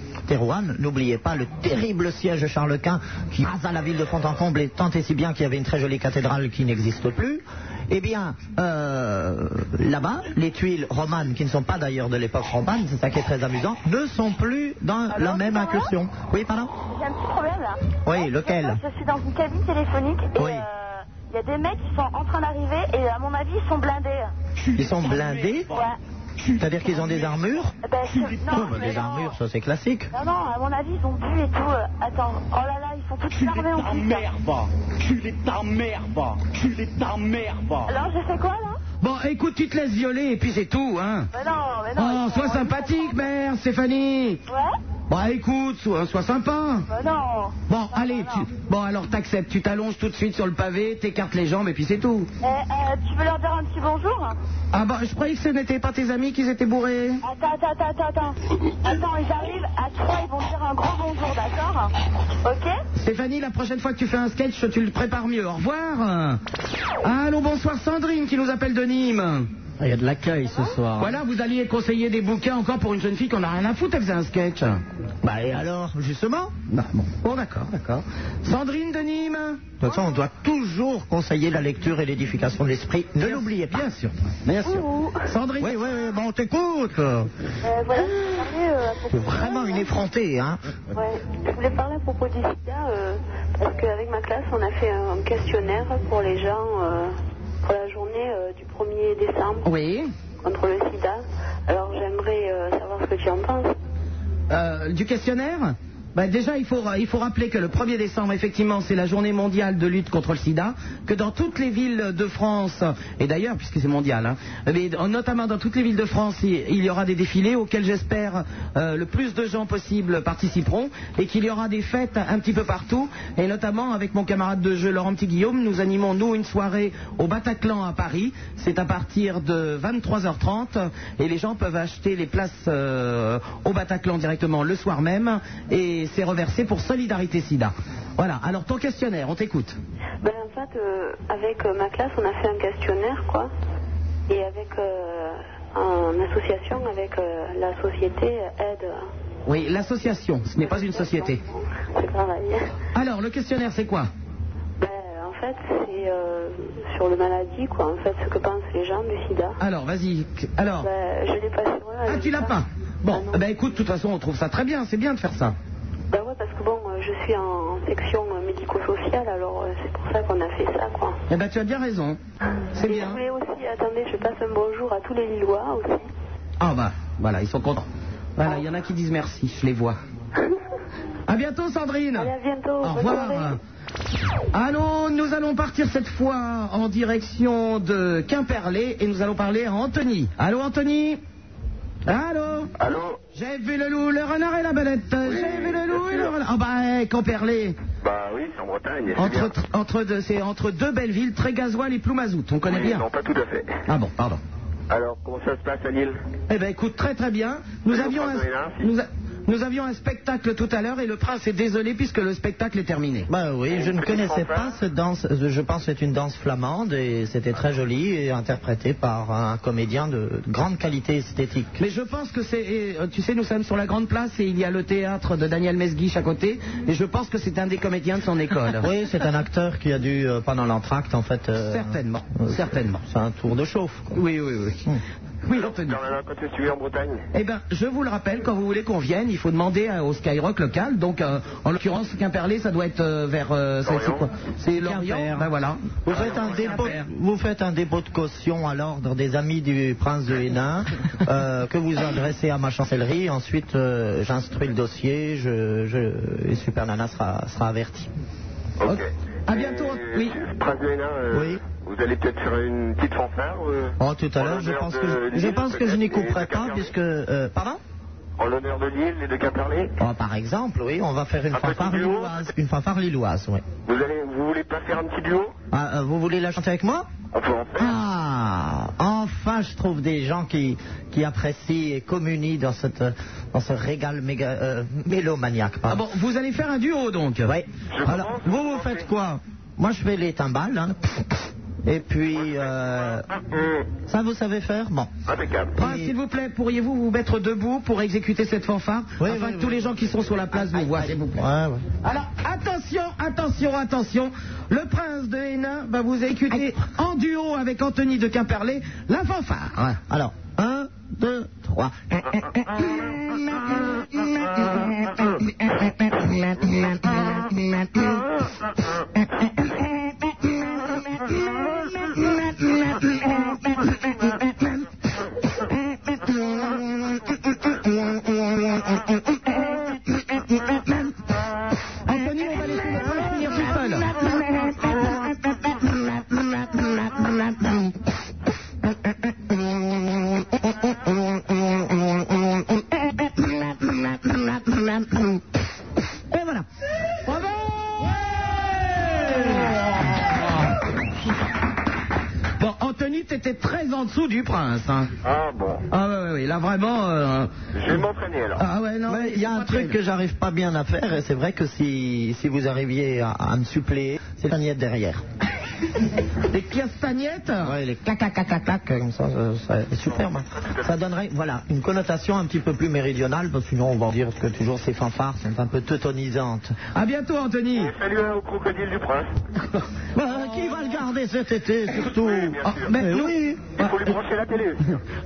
S3: Terouane, n'oubliez pas le terrible siège de Charles Quint qui rasa la ville de Fontencomble et tant et si bien qu'il y avait une très jolie cathédrale qui n'existe plus. Eh bien, euh, là-bas, les tuiles romanes, qui ne sont pas d'ailleurs de l'époque romane, c'est ça qui est très amusant, ne sont plus dans la même incursion. Oui, pardon
S15: J'ai un petit problème là.
S3: Oui, lequel
S15: Je suis dans une cabine téléphonique et
S3: Oui.
S15: euh, il y a des mecs qui sont en train d'arriver et à mon avis ils sont blindés.
S3: Ils sont blindés,
S15: Ouais.
S3: c'est-à-dire qu'ils ont des armures
S15: Eh Ben, je- non,
S3: Oh, bah,
S15: mais
S3: Des
S15: non.
S3: armures, ça c'est classique.
S15: Non, non, à mon avis ils ont bu et tout. euh, Attends, oh là là, ils sont tous armés en plus. là.
S6: va Culé ta mère, va Culé ta mère, va
S15: Alors je fais quoi là
S2: Bon, écoute, tu te laisses violer et puis c'est tout, hein.
S15: Mais non, mais non.
S2: Oh,
S15: ils sont-
S2: sois sympathique, mère, Stéphanie.
S15: Ouais
S2: Bah écoute, sois, sois sympa.
S15: Mais non.
S2: Bon, allez, tu... bon alors t'acceptes, tu t'allonges tout de suite sur le pavé, t'écartes les jambes et puis c'est tout.
S15: Eh, euh, tu veux leur dire un petit bonjour
S2: Ah bah je croyais que ce n'étaient pas tes amis qui étaient bourrés.
S15: Attends, attends, attends, attends, attends. Attends, ils arrivent à trois, ils vont dire un gros bonjour, d'accord Ok
S2: Stéphanie, la prochaine fois que tu fais un sketch, tu le prépares mieux. Au revoir. Allô, bonsoir Sandrine qui nous appelle de Nîmes.
S3: Ah,
S5: Il y a de l'accueil ce soir.
S2: Voilà, vous alliez conseiller des bouquins encore pour une jeune fille qu'on a rien à foutre, elle faisait un sketch.
S3: Bah et alors, justement
S2: Non, bon, Bon, d'accord, d'accord. Sandrine de Nîmes.
S3: Bah, De toute façon, on doit toujours conseiller la lecture et l'édification de l'esprit. Ne l'oubliez pas. Bien sûr. Bien sûr.
S2: Sandrine.
S3: Oui, oui, oui, bon, on t'écoute.
S15: Euh, voilà, je
S2: Ah.
S15: voulais parler, euh, à propos-
S3: C'est vraiment une effrontée, hein.
S15: ouais, je voulais parler à propos du sida, euh, parce qu'avec ma classe, on a fait un questionnaire pour les gens euh, pour la journée euh, du 1er décembre
S2: Oui.
S15: contre le sida. Alors j'aimerais euh, savoir ce que tu en penses.
S2: Euh, du questionnaire Bah, déjà, il faut, ra- il faut rappeler que le 1er décembre, effectivement, c'est la journée mondiale de lutte contre le sida, que dans toutes les villes de France, et d'ailleurs, puisque c'est mondial, hein, mais dans- notamment dans toutes les villes de France, il il y aura des défilés auxquels j'espère euh, le plus de gens possible participeront, et qu'il y aura des fêtes un petit peu partout, et notamment avec mon camarade de jeu Laurent Petit-Guillaume, nous animons, nous, une soirée au Bataclan à Paris, c'est à partir de 23h30, et les gens peuvent acheter les places euh, au Bataclan directement le soir même, et c'est reversé pour Solidarité Sida. Voilà, alors ton questionnaire, on t'écoute.
S15: Ben, en fait, euh, avec euh, ma classe, on a fait un questionnaire, quoi. Et avec, euh, en association avec euh, la société Aide
S2: Oui, l'association, ce n'est pas une société.
S15: au Travail.
S2: Alors, le questionnaire, c'est quoi
S15: Euh, en fait, c'est euh, sur le maladie, quoi. En fait, ce que pensent les gens du sida.
S2: Alors, vas-y. Alors,
S15: Ben, je l'ai pas sur moi. euh,
S2: ah, tu l'as pas Bon, ben écoute, de toute façon, on trouve ça très bien, c'est bien de faire ça.
S15: Ben ouais, parce que bon, euh, je suis en section euh, médico-sociale, alors euh, c'est pour ça qu'on a fait ça, quoi.
S2: Eh ben, tu as bien raison. C'est
S15: Et Je voulais aussi, attendez, je passe un bonjour à tous les Lillois aussi.
S2: Ah bah, voilà, ils sont contents. Voilà, il y en a qui disent merci, je les vois. À bientôt, Sandrine.
S15: Allez, à bientôt.
S2: Au revoir. Allons, nous allons partir cette fois en direction de Quimperlé et nous allons parler à Anthony. Allô, Anthony Allô
S21: Allô
S2: J'ai vu le loup, le renard et la belette. J'ai vu le loup et le renard. Ah bah, hey, Quimperlé.
S21: Bah oui, c'est en Bretagne. c'est bien.
S2: Entre, entre deux, c'est entre deux belles villes, Trégasoil et Ploumazout. On connaît
S21: Oui,
S2: bien.
S21: Non, pas tout à fait.
S2: Ah bon, pardon.
S21: Alors, comment ça se passe à Lille
S2: Eh ben, écoute, très très bien. Nous
S21: Allô,
S2: avions, un,
S21: Prince Hénin,
S2: nous, a- nous avions un spectacle tout à l'heure et le prince est désolé puisque le spectacle est terminé.
S3: Bah oui, je ne connaissais pas cette danse. euh, Je pense que c'est une danse flamande et c'était très joli et interprété par un comédien de grande qualité esthétique.
S2: Mais je pense que c'est, et, euh, tu sais, nous sommes sur la grande place et il y a le théâtre de Daniel Mesguich à côté et je pense que c'est un des comédiens de son école.
S3: Oui, c'est un acteur qui a dû, euh, pendant l'entracte, en fait. euh,
S2: Certainement,
S3: euh,
S2: certainement.
S3: C'est un tour de chauffe. quoi.
S2: Oui, oui, oui. Oui, Anthony.
S21: Bernard, quand tu es en Bretagne
S2: Eh bien, je vous le rappelle, quand vous voulez qu'on vienne, il faut demander à- au Skyrock local. Donc, euh, en l'occurrence, Quimperlé, ça doit être euh, vers... euh, c'est- c'est quoi C'est Lorient, ben voilà.
S3: Vous faites, un dépôt, vous faites un dépôt de caution à l'ordre des amis du prince de Hénin euh, que vous adressez à ma chancellerie. Ensuite, euh, j'instruis le dossier je, je- et Super Nana sera, sera averti.
S21: Ok.
S2: À bientôt.
S3: hein.
S21: Oui. Prince de Hénin, euh, vous allez peut-être faire une petite fanfare euh,
S3: Oh, tout à
S21: en
S3: l'heure, je
S21: l'honneur
S3: pense
S21: de
S3: que
S9: euh,
S3: je, je
S21: Lille,
S3: pense que je
S21: peut-être,
S3: n'y
S21: et
S3: couperai
S21: de
S3: pas
S21: Quimperlé.
S3: puisque. euh, pardon
S21: En l'honneur de Lille et de Quimperlé
S3: Oh, Par exemple, oui, on va faire une fanfare lilloise. Une fanfare lilloise, oui.
S21: vous, allez, vous voulez pas faire un petit duo
S3: Ah, euh, vous voulez la chanter avec moi Ah, enfin, je trouve des gens qui, qui apprécient et communient dans, cette, euh, dans ce régal méga, euh, mélomaniaque.
S2: Ah bon, vous allez faire un duo, donc
S3: Oui. Alors, vous, vous faites quoi Moi, je fais les timbales. hein. Et puis, euh, ça, vous savez faire Bon.
S21: Impeccable.
S2: Prince, Ah, s'il vous plaît, pourriez-vous vous mettre debout pour exécuter cette fanfare afin que tous les gens qui sont sur la place vous voient, s'il vous plaît. Alors, attention, attention, attention. Le prince de Hénin va vous écouter en duo avec Anthony de Quimperlé la fanfare.
S3: Alors, 1, 2, 3.
S2: Anthony, on va laisser le prince finir tout seul.
S15: Ah,
S2: Et voilà. Bravo Bon, Anthony, t'étais très en dessous du prince. hein.
S21: Ah bon.
S2: Ah ouais, ouais, ouais, là vraiment. euh,
S21: Je vais m'entraîner alors.
S2: Ah ouais, non.
S3: Mais il y a un truc que j'arrive pas bien à faire, et c'est vrai que si, si vous arriviez à, à me suppléer, c'est la niette derrière.
S2: Les castagnettes
S3: Ouais, les clac, clac, clac, clac, clac, comme ça, ça, ça c'est superbe. Ça donnerait, voilà, une connotation un petit peu plus méridionale, parce que sinon on va dire que toujours ces fanfares sont un peu teutonisantes.
S2: À bientôt, Anthony.
S21: Salut hein, au crocodile du prince.
S3: Bah, qui va le garder cet été, surtout
S21: bien sûr.
S3: Ah, mais Ah. oui.
S21: Il faut lui brancher la télé.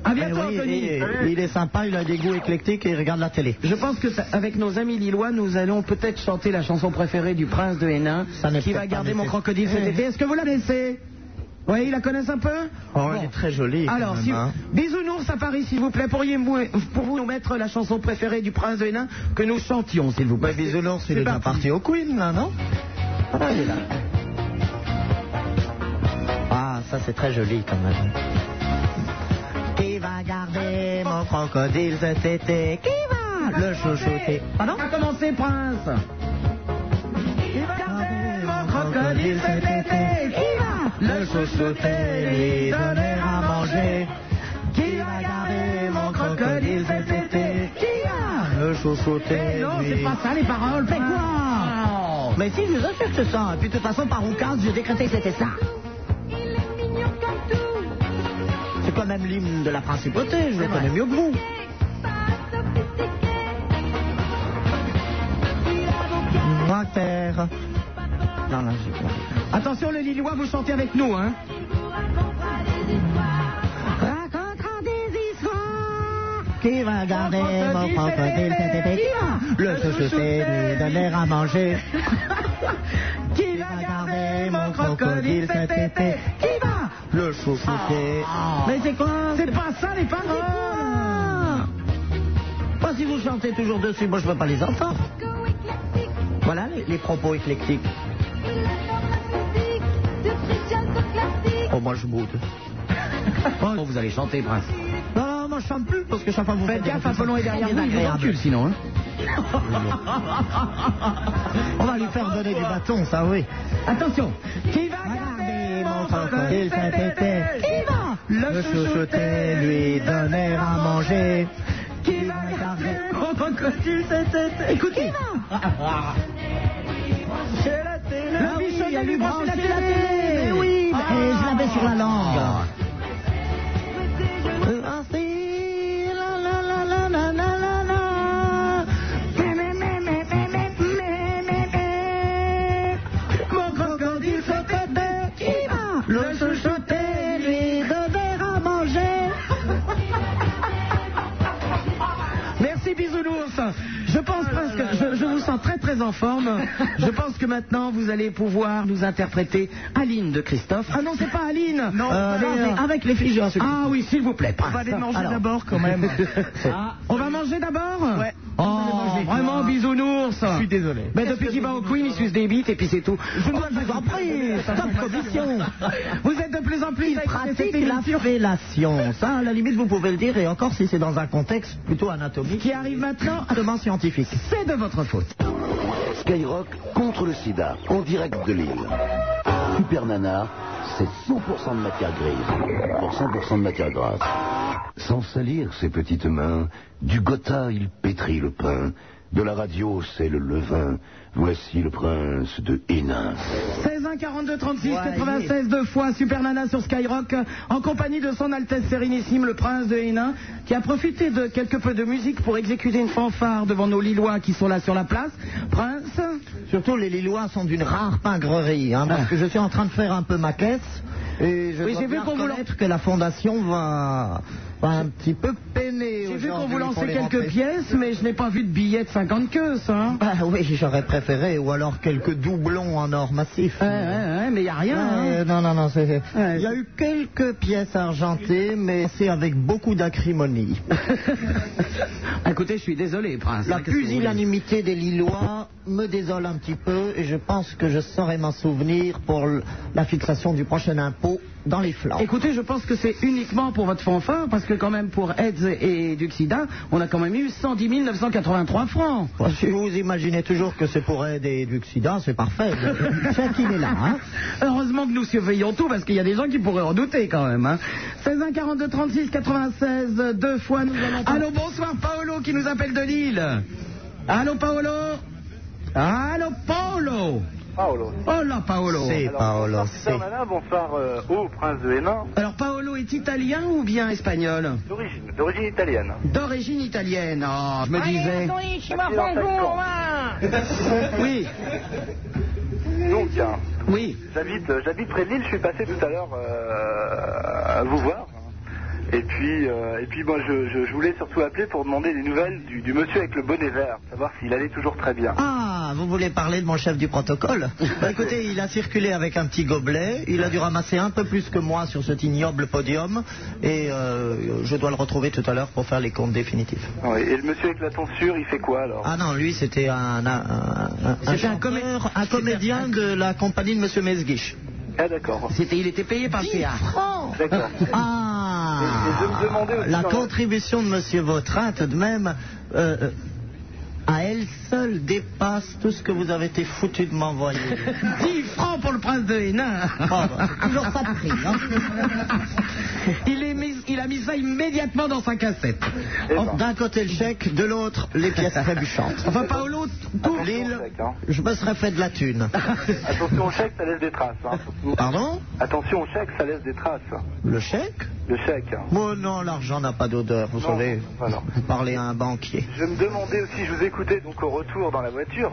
S2: À bientôt,
S3: Eh oui,
S2: Anthony.
S3: et-
S2: Salut.
S3: il est sympa, il a des goûts éclectiques et il regarde la télé.
S2: Je pense que ça- avec nos amis lillois, nous allons peut-être chanter la chanson préférée du prince de Hénin,
S3: n'est
S2: qui va
S3: peut-être pas
S2: garder mon
S3: nécessaire.
S2: crocodile cet
S3: Eh.
S2: été. Est-ce que vous la laissez Oui, ils la connaissent un peu
S3: Oh, elle est très jolie. quand
S2: Alors,
S3: même,
S2: si
S3: hein.
S2: Bisounours à Paris, s'il vous plaît, pourriez-vous pour vous nous mettre la chanson préférée du prince de Hénin que nous chantions, s'il vous plaît
S3: Mais Bisounours, il
S2: C'est
S3: est déjà
S2: parti.
S3: parti au Queen, là, non
S2: Ah, il est là.
S3: Ah, ça, c'est très joli, quand même. Qui va garder mon crocodile cet été Qui va le chouchouter
S2: Pardon A commencé, prince
S3: Mon crocodile cet été Qui va le chouchouter Lui donner à manger Qui va garder mon crocodile cet été Qui va Ah, le chouchouter
S2: Eh non,
S3: lui
S2: c'est pas ça les paroles, mais quoi
S3: Mais si, je vous assure que c'est ça. Et puis, de toute façon, par Oukas, j'ai décrété que c'était ça. C'est quand même l'hymne de la principauté, je le connais mieux que vous. Notaire. Non, non, j'ai pas.
S2: Attention, le Lillois, vous chantez avec nous, hein
S3: Qui va garder mon crocodile cet été Le chouchouter, lui donner à manger. Qui va garder mon crocodile cet été
S2: Qui va
S3: Le chouchouter.
S2: Mais c'est quoi C'est pas ça les paroles
S3: ah, Pas si vous chantez toujours dessus, moi je veux pas les entendre. Voilà les, les propos éclectiques. Oh, moi je boude.
S2: Oh, vous allez chanter, prince.
S3: Non, non, moi je chante plus parce que chaque fois que vous
S2: Faites
S3: faites
S2: gaffe, Apollon est derrière vous, il vous
S3: Désagréable.
S2: encule, sinon. Hein.
S3: On va lui faire donner du bâton, ça oui.
S2: Attention Qui va garder mon crocodile cet été Qui va
S3: Le chouchouter, lui donner à manger.
S2: Qui va garder mon crocodile cet été Écoutez
S15: ah.
S3: C'est la télé.
S2: Le bichon
S3: il a
S2: lui
S3: lui
S2: branché
S3: branché
S2: la télé.
S3: Mais oui, mais-
S2: Ah.
S3: et je l'avais sur la langue. Euh, ah, si, la, la, la, la, la, la, la, la. Mais, mais, mais, mais, mais, mais, mais, mais, mais. Mon crocodile se fait bête. Qui va Le chouchouter, lui donner à manger.
S2: Merci Bisounours. Je pense presque, je, je vous sens très très en forme. Je pense que maintenant vous allez pouvoir nous interpréter Aline de Christophe. Ah non, c'est pas Aline.
S3: Non,
S2: Euh,
S3: allez,
S2: non, c'est
S3: euh,
S2: avec les filles.
S3: j'ai un secret.
S2: Ah oui, s'il vous plaît.
S3: On va
S2: prince.
S3: les manger
S2: Alors.
S3: d'abord, quand même.
S2: Ah, on va manger d'abord.
S3: Ouais, on
S2: Oh,
S3: va les manger.
S2: vraiment Bisounours.
S3: Je suis désolé.
S2: Mais depuis qu'il va au Queen, il suce des bites et puis c'est tout. Oh, Je dois vous en
S3: prie, c'est une condition.
S2: Vous êtes de plus en plus
S3: Il
S2: à écouter cette
S3: pratique la
S2: émission.
S3: fellation. Ça, à la limite, vous pouvez le dire, et encore si c'est dans un contexte plutôt anatomique.
S2: Qui arrive maintenant,
S3: Comment scientifique
S2: c'est de votre faute.
S1: Skyrock contre le sida, en direct de Lille. Super Nana, c'est 100% de matière grise pour 100% de matière grasse. Sans salir ses petites mains, du gotha il pétrit le pain, de la radio c'est le levain, voici le prince de Hénin.
S2: 16 1 42 36 96 deux fois Super Nana sur Skyrock en compagnie de son Altesse Sérénissime le Prince de Hénin qui a profité de quelque peu de musique pour exécuter une fanfare devant nos Lillois qui sont là sur la place. Prince,
S3: Surtout, les Lillois sont d'une rare pingrerie, hein, parce que je suis en train de faire un peu ma caisse. Et je
S2: Oui,
S3: dois
S2: j'ai vu
S3: bien
S2: qu'on vous
S3: reconnaître que la fondation va, va un petit peu peiner.
S2: j'ai vu qu'on
S3: aujourd'hui
S2: vous
S3: pour
S2: lançait
S3: les
S2: quelques
S3: rentrées.
S2: pièces mais je n'ai pas vu de billets de 50 queues hein. ça.
S3: Bah oui, j'aurais préféré, ou alors quelques doublons en or massif.
S2: Ouais, ouais, ouais, mais il n'y a rien.
S3: Ouais,
S2: hein.
S3: Non, non, non, c'est...
S2: Ouais.
S3: Il y a eu quelques pièces argentées, mais c'est avec beaucoup d'acrimonie.
S2: Ah. Écoutez, je suis désolé, Prince.
S3: La
S2: Qu'est-ce Ah, que vous voulez
S3: pusillanimité des Lillois me désole un petit peu et je pense que je saurai m'en souvenir pour l- la fixation du prochain impôt dans les flancs.
S2: Écoutez, je pense que c'est uniquement pour votre fanfare, parce que quand même pour AIDS et Duxida, on a quand même eu 110 983 francs.
S3: Bon, Si vous imaginez toujours que c'est pour aider Duxida, c'est parfait. Chacun est là. Hein.
S2: Heureusement que nous surveillons tout parce qu'il y a des gens qui pourraient en douter quand même. Hein. 16 1 42 36 96 euh, deux fois nous allons. Allô bonsoir Paolo qui nous appelle de Lille. Allô Paolo. Allô Paolo.
S22: Paolo.
S2: Oh là Paolo.
S3: C'est Paolo, c'est.
S22: Supermana, bonsoir euh, au prince de Hénin,
S2: Alors Paolo est italien ou bien espagnol
S22: d'origine, d'origine italienne.
S2: D'origine italienne. Oh, je me disais. Oui,
S22: Donc, hein,
S2: oui.
S22: j'habite, euh, j'habite près de Lille, je suis passé tout à l'heure euh, à vous voir. Et puis, euh, et puis moi, je, je- je voulais surtout appeler pour demander des nouvelles du, du monsieur avec le bonnet vert, savoir s'il allait toujours très bien.
S3: Ah, vous voulez parler de mon chef du protocole Bah, Écoutez, il a circulé avec un petit gobelet, il a dû ramasser un peu plus que moi sur cet ignoble podium, et euh, je dois le retrouver tout à l'heure pour faire les comptes définitifs.
S22: Ouais, et le monsieur avec la tonsure, il fait quoi alors
S3: Ah non, lui c'était un, un, un- un chanteur, un comédien de la compagnie de Monsieur Mesguich.
S22: Ah d'accord.
S2: C'était, il était payé par le théâtre.
S22: D'accord.
S3: Ah La contribution de Monsieur Vautrin, tout de même, euh, euh, à elle seule dépasse tout ce que vous avez été foutu de m'envoyer.
S2: 10 francs pour le prince de Hénin.
S3: toujours pas pris. Hein.
S2: Il, est mis- il a mis ça immédiatement dans sa cassette.
S3: D'un côté le chèque, de l'autre les pièces trébuchantes.
S2: Enfin, Paolo, tout
S3: l'île, je me serais fait de la thune.
S22: hein. Attention au chèque, ça laisse des traces. hein.
S3: Pardon
S22: Attention au chèque, ça laisse des traces.
S3: Le chèque
S22: Le chèque. hein.
S3: Oh non, l'argent n'a pas d'odeur, vous savez. Parler à un banquier.
S22: Je me demandais aussi, je vous écoutais donc au retour dans la voiture,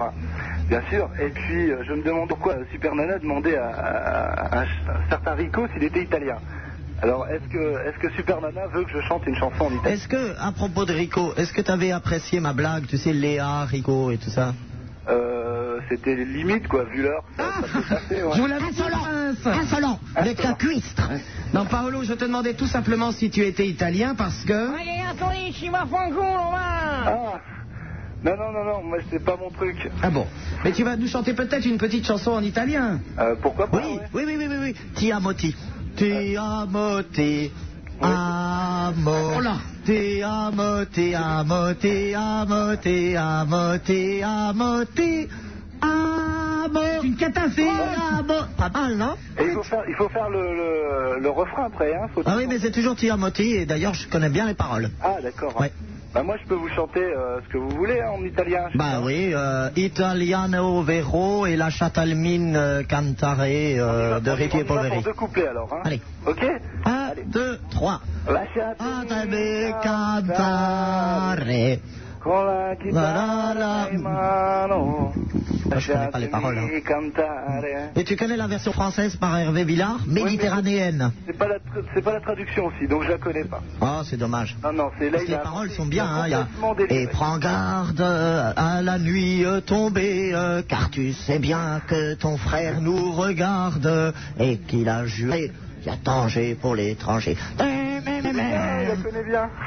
S22: bien sûr, et puis euh, je me demande pourquoi Super Nana demandait à, à- à un, ch- un certain Rico s'il était italien. Alors est-ce que, est que Super Nana veut que je chante une chanson en italien
S3: Est-ce que, à propos de Rico, est-ce que tu avais apprécié ma blague, tu sais, Léa, Rico et tout ça
S22: Euh, C'était limite quoi, vu l'heure.
S3: Ah
S2: Je vous l'avais dit, prince. Insolent, le cacuistre. Non, Paolo, je te demandais tout simplement si tu étais italien parce que.
S22: Ah Non, non, non, non, moi c'est pas mon truc.
S2: Ah bon Mais tu vas nous chanter peut-être une petite chanson en italien.
S22: Euh, pourquoi pas ouais. Euh.
S3: Oui, oui, oui, oui, oui. Ti amo ti. Ti amo ti. Amo. Ti amo ti amo ti amo ti amo ti amo ti amo. Une catastrophe. Amo. Pas mal, non
S22: Et il faut faire, il faut faire le, le- le refrain après, hein faut-
S3: Ah oui, mais c'est toujours ti amo ti et d'ailleurs je connais bien les paroles.
S22: Ah d'accord. Bah moi je peux vous chanter euh, ce que vous voulez hein, en italien.
S3: Bah oui, euh, Italiano Vero et la Chatalmine euh, Cantare euh, de
S22: Ah, On y
S3: Ripier
S22: va pour
S3: Poveri.
S22: deux couplets alors. Hein.
S3: Allez.
S22: Ok
S3: 1, 2, 3.
S22: La
S3: Ah,
S22: Chatalmine
S3: Chatalmine Cantare.
S22: Con la
S3: La, la, la.
S22: chitarra in mano.
S3: je connais pas les paroles, hein.
S22: Lasciatemi cantare.
S3: Et tu connais la version française par Hervé Villard, méditerranéenne.
S22: C'est pas, la tra- c'est pas la traduction aussi, donc je la connais pas.
S3: Ah, c'est dommage.
S22: Non, non, c'est là.
S3: Parce que
S22: il
S3: les
S22: a-
S3: paroles sont bien,
S22: il a
S3: hein, il y a-
S22: complètement déliré.
S3: Et prends garde euh, à la nuit euh, tombée, euh, car tu sais bien que ton frère nous regarde euh, et qu'il a juré qu'il y a danger pour l'étranger. Ah,
S22: bien.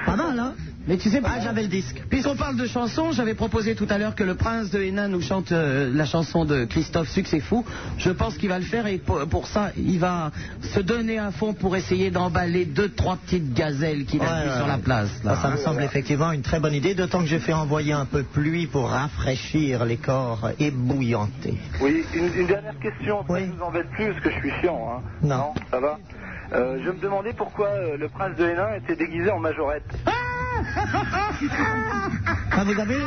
S3: Pas mal, hein
S2: Mais tu sais ah, pas,
S3: j'avais le disque.
S2: Puisqu'on parle de chansons, j'avais proposé tout à l'heure que le prince de Hénin nous chante euh, la chanson de Christophe Succès Fou. Je pense qu'il va le faire et pour, pour ça, il va se donner à fond pour essayer d'emballer deux, trois petites gazelles qu'il a
S3: Ouais,
S2: vues
S3: ouais,
S2: sur la
S3: ouais.
S2: place. là.
S3: Ça, me semble effectivement une très bonne idée, d'autant que j'ai fait envoyer un peu de pluie pour rafraîchir les corps ébouillantés.
S22: Oui, une, une dernière question, ça ne vous embête plus parce que je suis chiant. Hein.
S3: Non.
S22: Ça va Euh, Je me demandais pourquoi euh, le prince de Hénin était déguisé en majorette.
S3: Ah, vous avez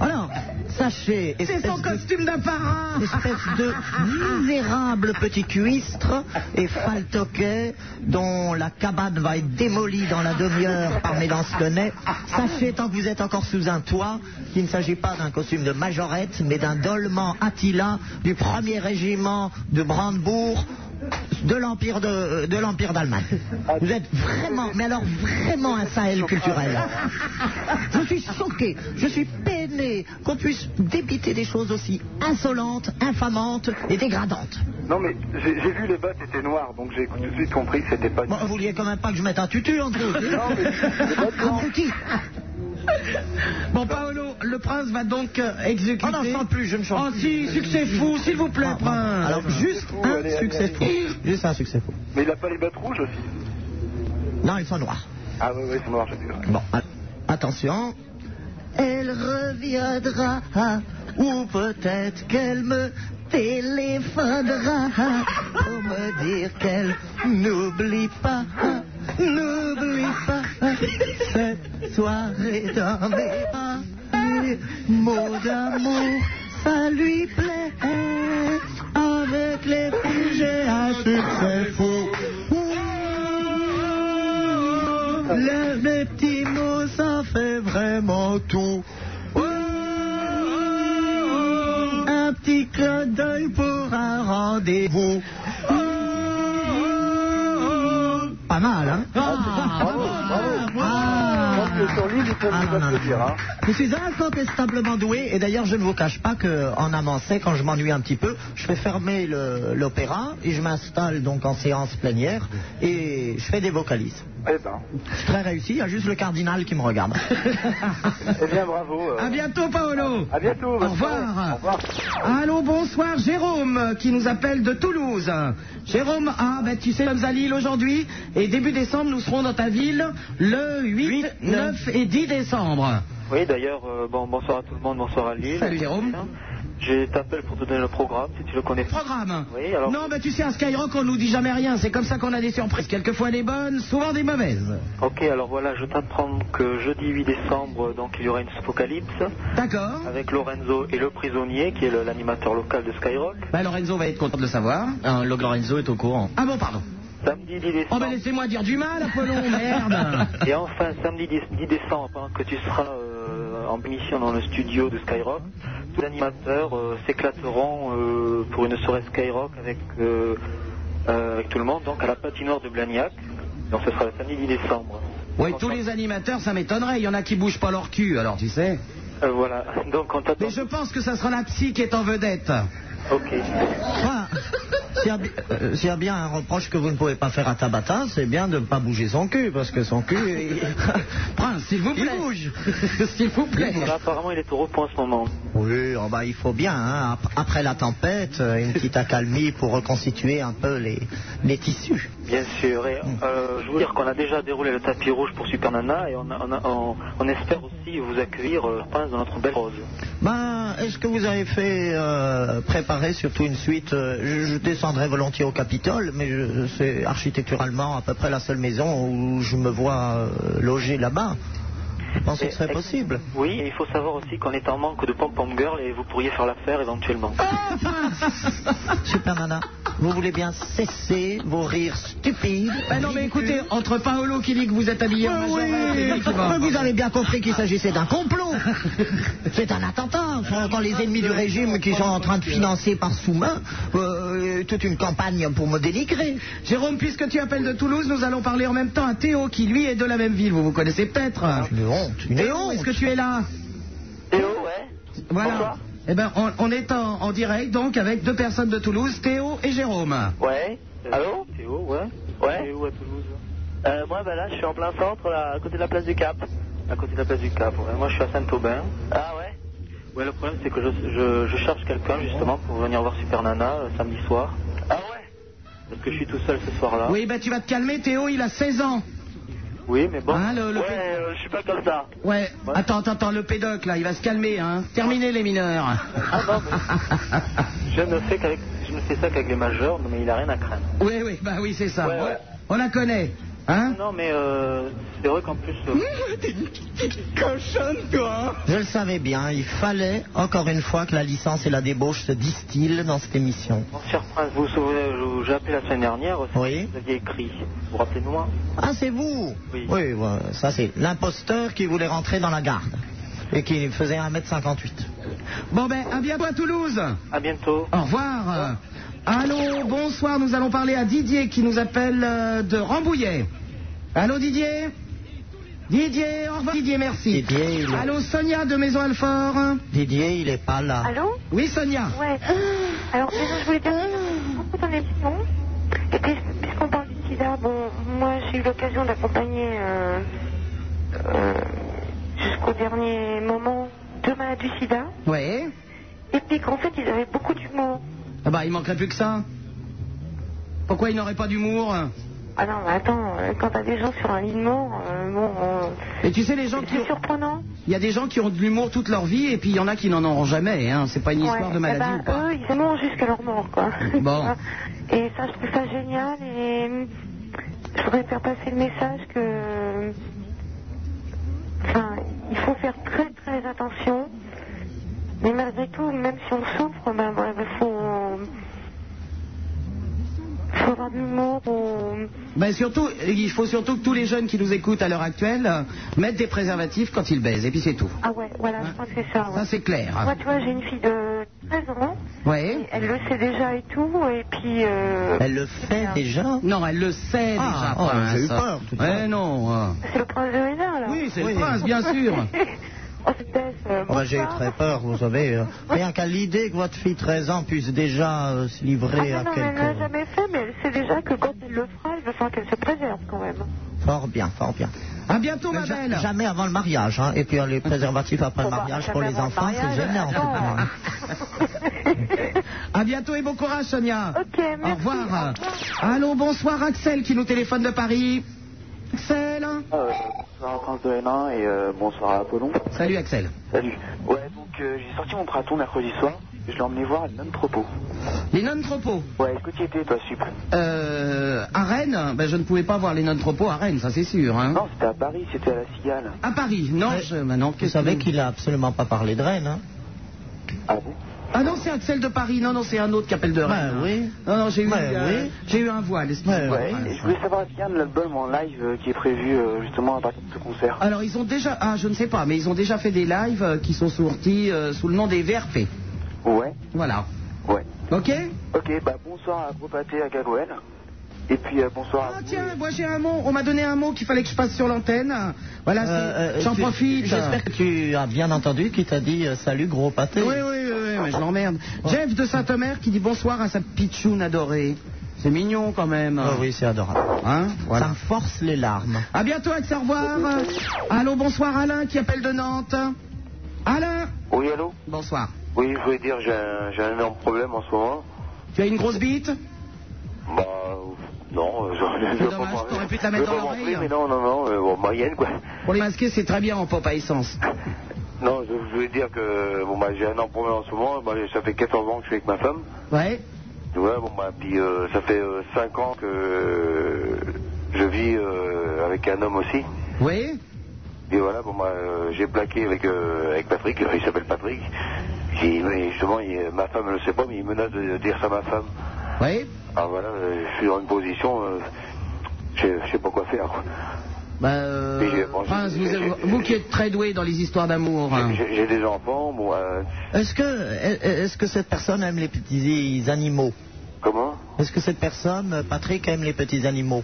S3: Alors, sachez... C'est son costume d'apparat Espèce de misérable petit cuistre et faltoquet dont la cabane va être démolie dans la demi-heure par mes lansquenets. Sachez, tant que vous êtes encore sous un toit, qu'il ne s'agit pas d'un costume de majorette, mais d'un dolman Attila du premier régiment de Brandebourg de l'Empire de, de l'Empire d'Allemagne.
S23: Ah,
S3: Vous êtes vraiment, mais alors vraiment un Sahel culturel. Je suis choqué, je suis peiné qu'on puisse débiter des choses aussi insolentes, infamantes et dégradantes.
S22: Non mais j'ai j'ai vu les bottes étaient noires, donc j'ai tout de suite compris que c'était pas.
S3: Bon, vous vouliez quand même pas que je mette un tutu en dessous. Abruti.
S2: Bon, Paolo, le prince va donc euh, exécuter.
S3: Oh non, je chante plus, je ne chante
S2: Oh
S3: plus.
S2: si, Succès Fou, s'il vous plaît,
S3: Ah, bon,
S2: prince.
S3: Alors juste
S22: Fou,
S3: un
S22: allez,
S3: succès fou.
S22: allez,
S3: Juste un succès fou.
S22: Mais il a pas les bottes rouges aussi.
S3: Non, ils sont noirs.
S22: Ah oui, oui, c'est noir, j'ai vu. ouais.
S3: Bon, a- attention. Elle reviendra, hein, ou peut-être qu'elle me téléphonera hein, pour me dire qu'elle n'oublie pas, hein, n'oublie pas hein, cette soirée dans mes bras. Mot d'amour, ça lui plaît. hein, Avec les filles, j'ai un succès fou. Le, le petit mot, ça fait vraiment tout. Un petit clin d'œil pour un rendez-vous. Pas hein. mal, hein
S2: Ah, bravo, bravo.
S3: Ah,
S23: radio sur l'île, il peut
S3: Ah, non,
S23: nous
S3: non, non.
S23: applaudir. hein.
S3: Je suis incontestablement doué et d'ailleurs je ne vous cache pas qu'en avancée, quand je m'ennuie un petit peu, je vais fermer le- l'opéra et je m'installe donc en séance plénière et je fais des vocalises.
S23: Eh ben.
S3: C'est très réussi, il y a juste le cardinal qui me regarde.
S23: Eh bien, bravo. euh.
S2: À bientôt, Paolo.
S23: À bientôt.
S2: Au
S23: bonne
S2: revoir.
S23: soirée. Au revoir.
S2: Allô, bonsoir, Jérôme, qui nous appelle de Toulouse. Jérôme, ah, ben, tu sais, nous sommes à Lille aujourd'hui, et début décembre, nous serons dans ta ville le 8, 9 et 10 décembre.
S16: Oui, d'ailleurs, euh, bon, bonsoir à tout le monde, bonsoir à Lille.
S2: Salut, Jérôme.
S16: Je t'appelle pour te donner le programme, si tu le connais.
S2: Programme
S16: Oui, alors.
S2: Non, ben, tu sais, à Skyrock, on nous dit jamais rien. C'est comme ça qu'on a des surprises. Quelquefois des bonnes, souvent des mauvaises.
S16: Ok, alors voilà, je t'apprends que jeudi 8 décembre, donc il y aura une apocalypse.
S2: D'accord.
S16: Avec Lorenzo et le prisonnier, qui est le- l'animateur local de Skyrock.
S2: Ben, Lorenzo va être content de le savoir.
S16: Ah.
S5: Hein, le Lorenzo est au courant.
S2: Ah bon, pardon.
S16: Samedi 10 décembre.
S2: Oh, ben, laissez-moi dire du mal, Apollon, merde.
S16: Et enfin, samedi 10, 10 décembre, pendant que tu seras euh, en mission dans le studio de Skyrock, tous les animateurs euh, s'éclateront euh, pour une soirée Skyrock avec, euh, euh, avec tout le monde, donc à la patinoire de Blagnac. Donc ce sera le samedi 10 décembre.
S2: Oui, tous les animateurs, ça m'étonnerait. Il y en a qui bougent pas leur cul, alors, tu sais.
S16: Euh, voilà, donc on t'attend.
S2: Mais je pense que ça sera la psy qui est en vedette.
S16: Ok.
S3: Enfin, s'il y a bi- euh, s'il y a bien un reproche que vous ne pouvez pas faire à Tabata, c'est bien de ne pas bouger son cul, parce que son cul, il...
S2: Prince, s'il vous plaît.
S3: Il bouge.
S2: s'il vous plaît.
S16: Voilà, apparemment, il est au repos en ce moment.
S3: Oui, oh bah, il faut bien, hein, ap- après la tempête, euh, une petite accalmie pour reconstituer un peu les, les tissus.
S16: Bien sûr. Et, euh, je veux dire qu'on a déjà déroulé le tapis rouge pour Super Nana et on, a- on a- on- on espère aussi vous accueillir, euh, Prince, dans notre belle rose.
S3: Ben, est-ce que vous avez fait euh, préparer surtout une suite euh, je, je descendrai volontiers au Capitole, mais je- c'est architecturalement à peu près la seule maison où je me vois euh, loger là-bas. Je pense que ce serait possible.
S16: Oui, et il faut savoir aussi qu'on est en manque de pom-pom girl et vous pourriez faire l'affaire éventuellement.
S3: Ah Super Nana, vous voulez bien cesser vos rires stupides
S2: Ben non, mais écoutez, entre Paolo qui dit que vous êtes habillé en
S3: Euh, Oui,
S2: majorette et lui qui va-
S3: vous avez bien compris qu'il s'agissait d'un complot. C'est un attentat. Enfin, Quand les ennemis du régime qui sont en train de financer par sous-main euh, toute une campagne pour me dénigrer.
S2: Jérôme, puisque tu appelles de Toulouse, nous allons parler en même temps à Théo qui lui est de la même ville. Vous vous connaissez peut-être.
S16: Ah,
S3: Une honte, une
S2: Théo, est-ce que tu es là
S16: Théo, ouais.
S2: Voilà. Eh ben, on, on est en, en direct donc avec deux personnes de Toulouse, Théo et Jérôme.
S16: Ouais. Allô Théo, ouais. Ouais. T'es où à Toulouse euh, Moi, ben là, je suis en plein centre, là, à côté de la place du Cap. À côté de la place du Cap, ouais. Moi, je suis à Saint-Aubin. Ah ouais Ouais, le problème, c'est que je, je, je charge quelqu'un, justement, pour venir voir Super Nana euh, samedi soir. Ah ouais Parce que je suis tout seul ce soir-là.
S2: Oui, ben tu vas te calmer, Théo, il a 16 ans.
S16: Oui, mais bon.
S2: Hein, le- le-
S16: Ouais, euh, je suis pas comme ça.
S2: Ouais. Attends, attends, attends, le pédocle là, il va se calmer, hein. Terminez les mineurs.
S16: Ah non, mais- je ne fais qu'avec, je ne fais ça qu'avec les majeurs, mais il a rien à craindre.
S2: Oui, oui, bah oui, c'est ça.
S16: Ouais, ouais.
S2: On la connaît. Hein
S16: Non, mais euh, c'est vrai qu'en plus. euh,
S6: Cochonne, toi
S3: Je le savais bien, il fallait encore une fois que la licence et la débauche se distillent dans cette émission.
S16: Mon cher prince, vous vous souvenez, je- j'ai appelé la semaine dernière, c'est
S3: Oui.
S16: ce que vous aviez écrit. Vous vous rappelez de moi
S3: Ah, c'est vous
S16: Oui.
S3: ouais, ça c'est l'imposteur qui voulait rentrer dans la garde et qui faisait 1m58.
S2: Bon ben, à bientôt à Toulouse.
S16: À bientôt.
S2: Au revoir. Allô, bonsoir, nous allons parler à Didier qui nous appelle euh, de Rambouillet. Allô Didier Didier, au revoir Didier, merci.
S3: Didier, il est-
S2: Allô Sonia de Maison Alfort.
S3: Didier, il est pas là.
S15: Allô
S2: Oui Sonia.
S15: Ouais. Alors, déjà, je voulais dire beaucoup ton émission. Et puis, puisqu'on parle du sida, bon, moi, j'ai eu l'occasion d'accompagner euh, euh, jusqu'au dernier moment deux malades du sida.
S2: Oui.
S15: Et puis qu'en fait, ils avaient beaucoup d'humour.
S2: Ah bah il manquerait plus que ça. Pourquoi il n'aurait pas d'humour
S15: Ah non, mais attends, euh, quand t'as des gens sur un lit de mort, euh, bon, euh,
S2: Et tu sais les gens qui
S15: c'est surprenant.
S2: il y a des gens qui ont de l'humour toute leur vie et puis il y en a qui n'en auront jamais hein, c'est pas une histoire
S15: Ouais,
S2: de maladie
S15: eh ben,
S2: ou quoi.
S15: Eux, ils aiment jusqu'à leur mort, quoi.
S2: Bon.
S15: Et ça, je trouve ça génial. Et hum, je voudrais faire passer le message que. Enfin, il faut faire très, très attention. Mais malgré tout, même si on souffre, ben, ben, ben, faut. Faut, avoir de l'humour ou...
S2: Ben surtout, il faut surtout que tous les jeunes qui nous écoutent à l'heure actuelle euh, mettent des préservatifs quand ils baisent, et puis c'est tout.
S15: Ah ouais, voilà, je pense que c'est ça. ouais.
S2: Ça c'est clair. hein.
S15: Moi, tu vois, j'ai une fille de 13 ans.
S2: Ouais.
S15: Et Elle le sait déjà et tout, et puis... euh,
S2: Elle le fait déjà Non, elle le sait
S15: Ah,
S2: déjà.
S15: oh,
S2: prince.
S15: j'ai eu peur, tout de
S2: Ouais,
S15: suite.
S2: non. euh.
S15: C'est le prince de Hénin, là.
S2: Oui, c'est le Oui. prince, bien sûr.
S15: oh, c'est peut-être, euh,
S3: Moi, ben, j'ai eu
S15: bonsoir.
S3: très peur, vous savez. euh, Rien qu'à l'idée que votre fille 13 ans puisse déjà euh, se livrer
S15: Ah
S3: à
S15: non, non, mais elle ne l'a
S3: quelque...
S15: jamais fait, mais elle sait déjà que quand elle le fera, il va falloir qu'elle se préserve quand même.
S3: Fort bien, fort bien.
S2: À bientôt,
S3: ma belle. Jamais avant le mariage. hein. Et puis euh, les préservatifs après le
S15: bah,
S3: mariage pour
S15: jamais
S3: les
S15: avant le
S3: enfants, c'est
S15: mariage,
S3: gênant.
S15: attends.
S2: À bientôt et bon courage, Sonia.
S15: Ok, merci.
S2: Au revoir. Allô, bonsoir, Axel qui nous téléphone de Paris. Axel
S16: Euh, bonsoir au prince de Hénin et euh, bonsoir à Apollon.
S2: Salut, Axel.
S16: Salut. Ouais, donc euh, j'ai sorti mon praton mercredi soir. Je l'ai emmené voir le non-propos.
S2: Les nonnes tropos
S16: Ouais, est-ce que tu y étais, toi, Sup
S2: euh, à Rennes, ben, je ne pouvais pas voir les nonnes tropos à Rennes, ça c'est sûr. hein.
S16: Non, c'était à Paris, c'était à la Cigale.
S2: À Paris, non, je, maintenant,
S3: Vous savez qu'il a absolument pas parlé de Rennes. Hein.
S2: Ah non, c'est Axel de Paris, non, non, c'est un autre qui appelle de Rennes. oui. Non, non, j'ai eu,
S3: Ben
S2: euh,
S3: oui.
S2: j'ai eu un voile, excusez-moi.
S16: Ouais, et je voulais savoir s'il y a un album en live euh, qui est prévu euh, justement à partir de ce concert.
S2: Alors ils ont déjà, ah je ne sais pas, mais ils ont déjà fait des lives euh, qui sont sortis euh, sous le nom des VRP.
S16: Ouais.
S2: Voilà.
S16: Ouais.
S2: Ok
S16: Ok, bah bonsoir à Gros Pâté, à Gagoël. Et puis euh, bonsoir à
S2: Ah
S16: vous.
S2: tiens, moi j'ai un mot, on m'a donné un mot qu'il fallait que je passe sur l'antenne. Voilà, c'est-
S3: Euh, euh,
S2: j'en
S3: tu-
S2: profite.
S3: J'espère que tu as bien entendu qu'il t'a dit euh, salut gros pâté.
S2: Oui, oui, oui, oui, mais je l'emmerde. Jeff de Saint-Omer qui dit bonsoir à sa pitchoune adorée. C'est mignon quand même.
S3: Ah oui, c'est adorable.
S2: Hein
S3: Ça me force les larmes.
S2: À bientôt, Axel, au revoir. Allô, bonsoir Alain qui appelle de Nantes. Alain
S23: Oui, allô
S2: Bonsoir.
S23: Oui, je voulais dire, j'ai un, j'ai un énorme problème en ce moment.
S2: Tu as une grosse bite
S23: Bah, non, euh,
S3: Ah,
S23: je, je veux pas m'en-
S2: T'aurais pu te la
S23: je
S2: mettre
S23: veux
S2: dans
S23: pas m'en
S2: l'oreille hein.
S23: priver, mais non, non, non, euh, bon, moyenne, quoi.
S2: Pour les masquer, c'est très bien en pompe à essence.
S23: Non, je, je voulais dire que, bon, bah, j'ai un énorme problème en ce moment. Bah, ça fait 14 ans que je suis avec ma femme.
S2: Ouais.
S23: Ouais, bon, bah, puis euh, ça fait 5 ans que euh, je vis euh, avec un homme aussi.
S2: Oui
S23: Et voilà, bon, bah, euh, j'ai plaqué avec, euh, avec Patrick, euh, il s'appelle Patrick. Qui, oui, justement, il- euh, ma femme ne le sait pas, mais il menace de de dire ça à ma femme.
S2: Oui
S23: Alors voilà, euh, je suis dans une position, euh, je je sais pas quoi faire. quoi.
S2: Bah, euh,
S23: Et j'ai- bon, j'ai-
S2: Prince, vous,
S23: j'ai- j'ai-
S2: vous qui êtes très doué dans les histoires d'amour. hein.
S23: J'ai j'ai des enfants, bon, euh,
S3: Est-ce que, euh, est-ce que cette personne aime les petits animaux
S23: comment
S3: Est-ce que cette personne, euh, Patrick, aime les petits animaux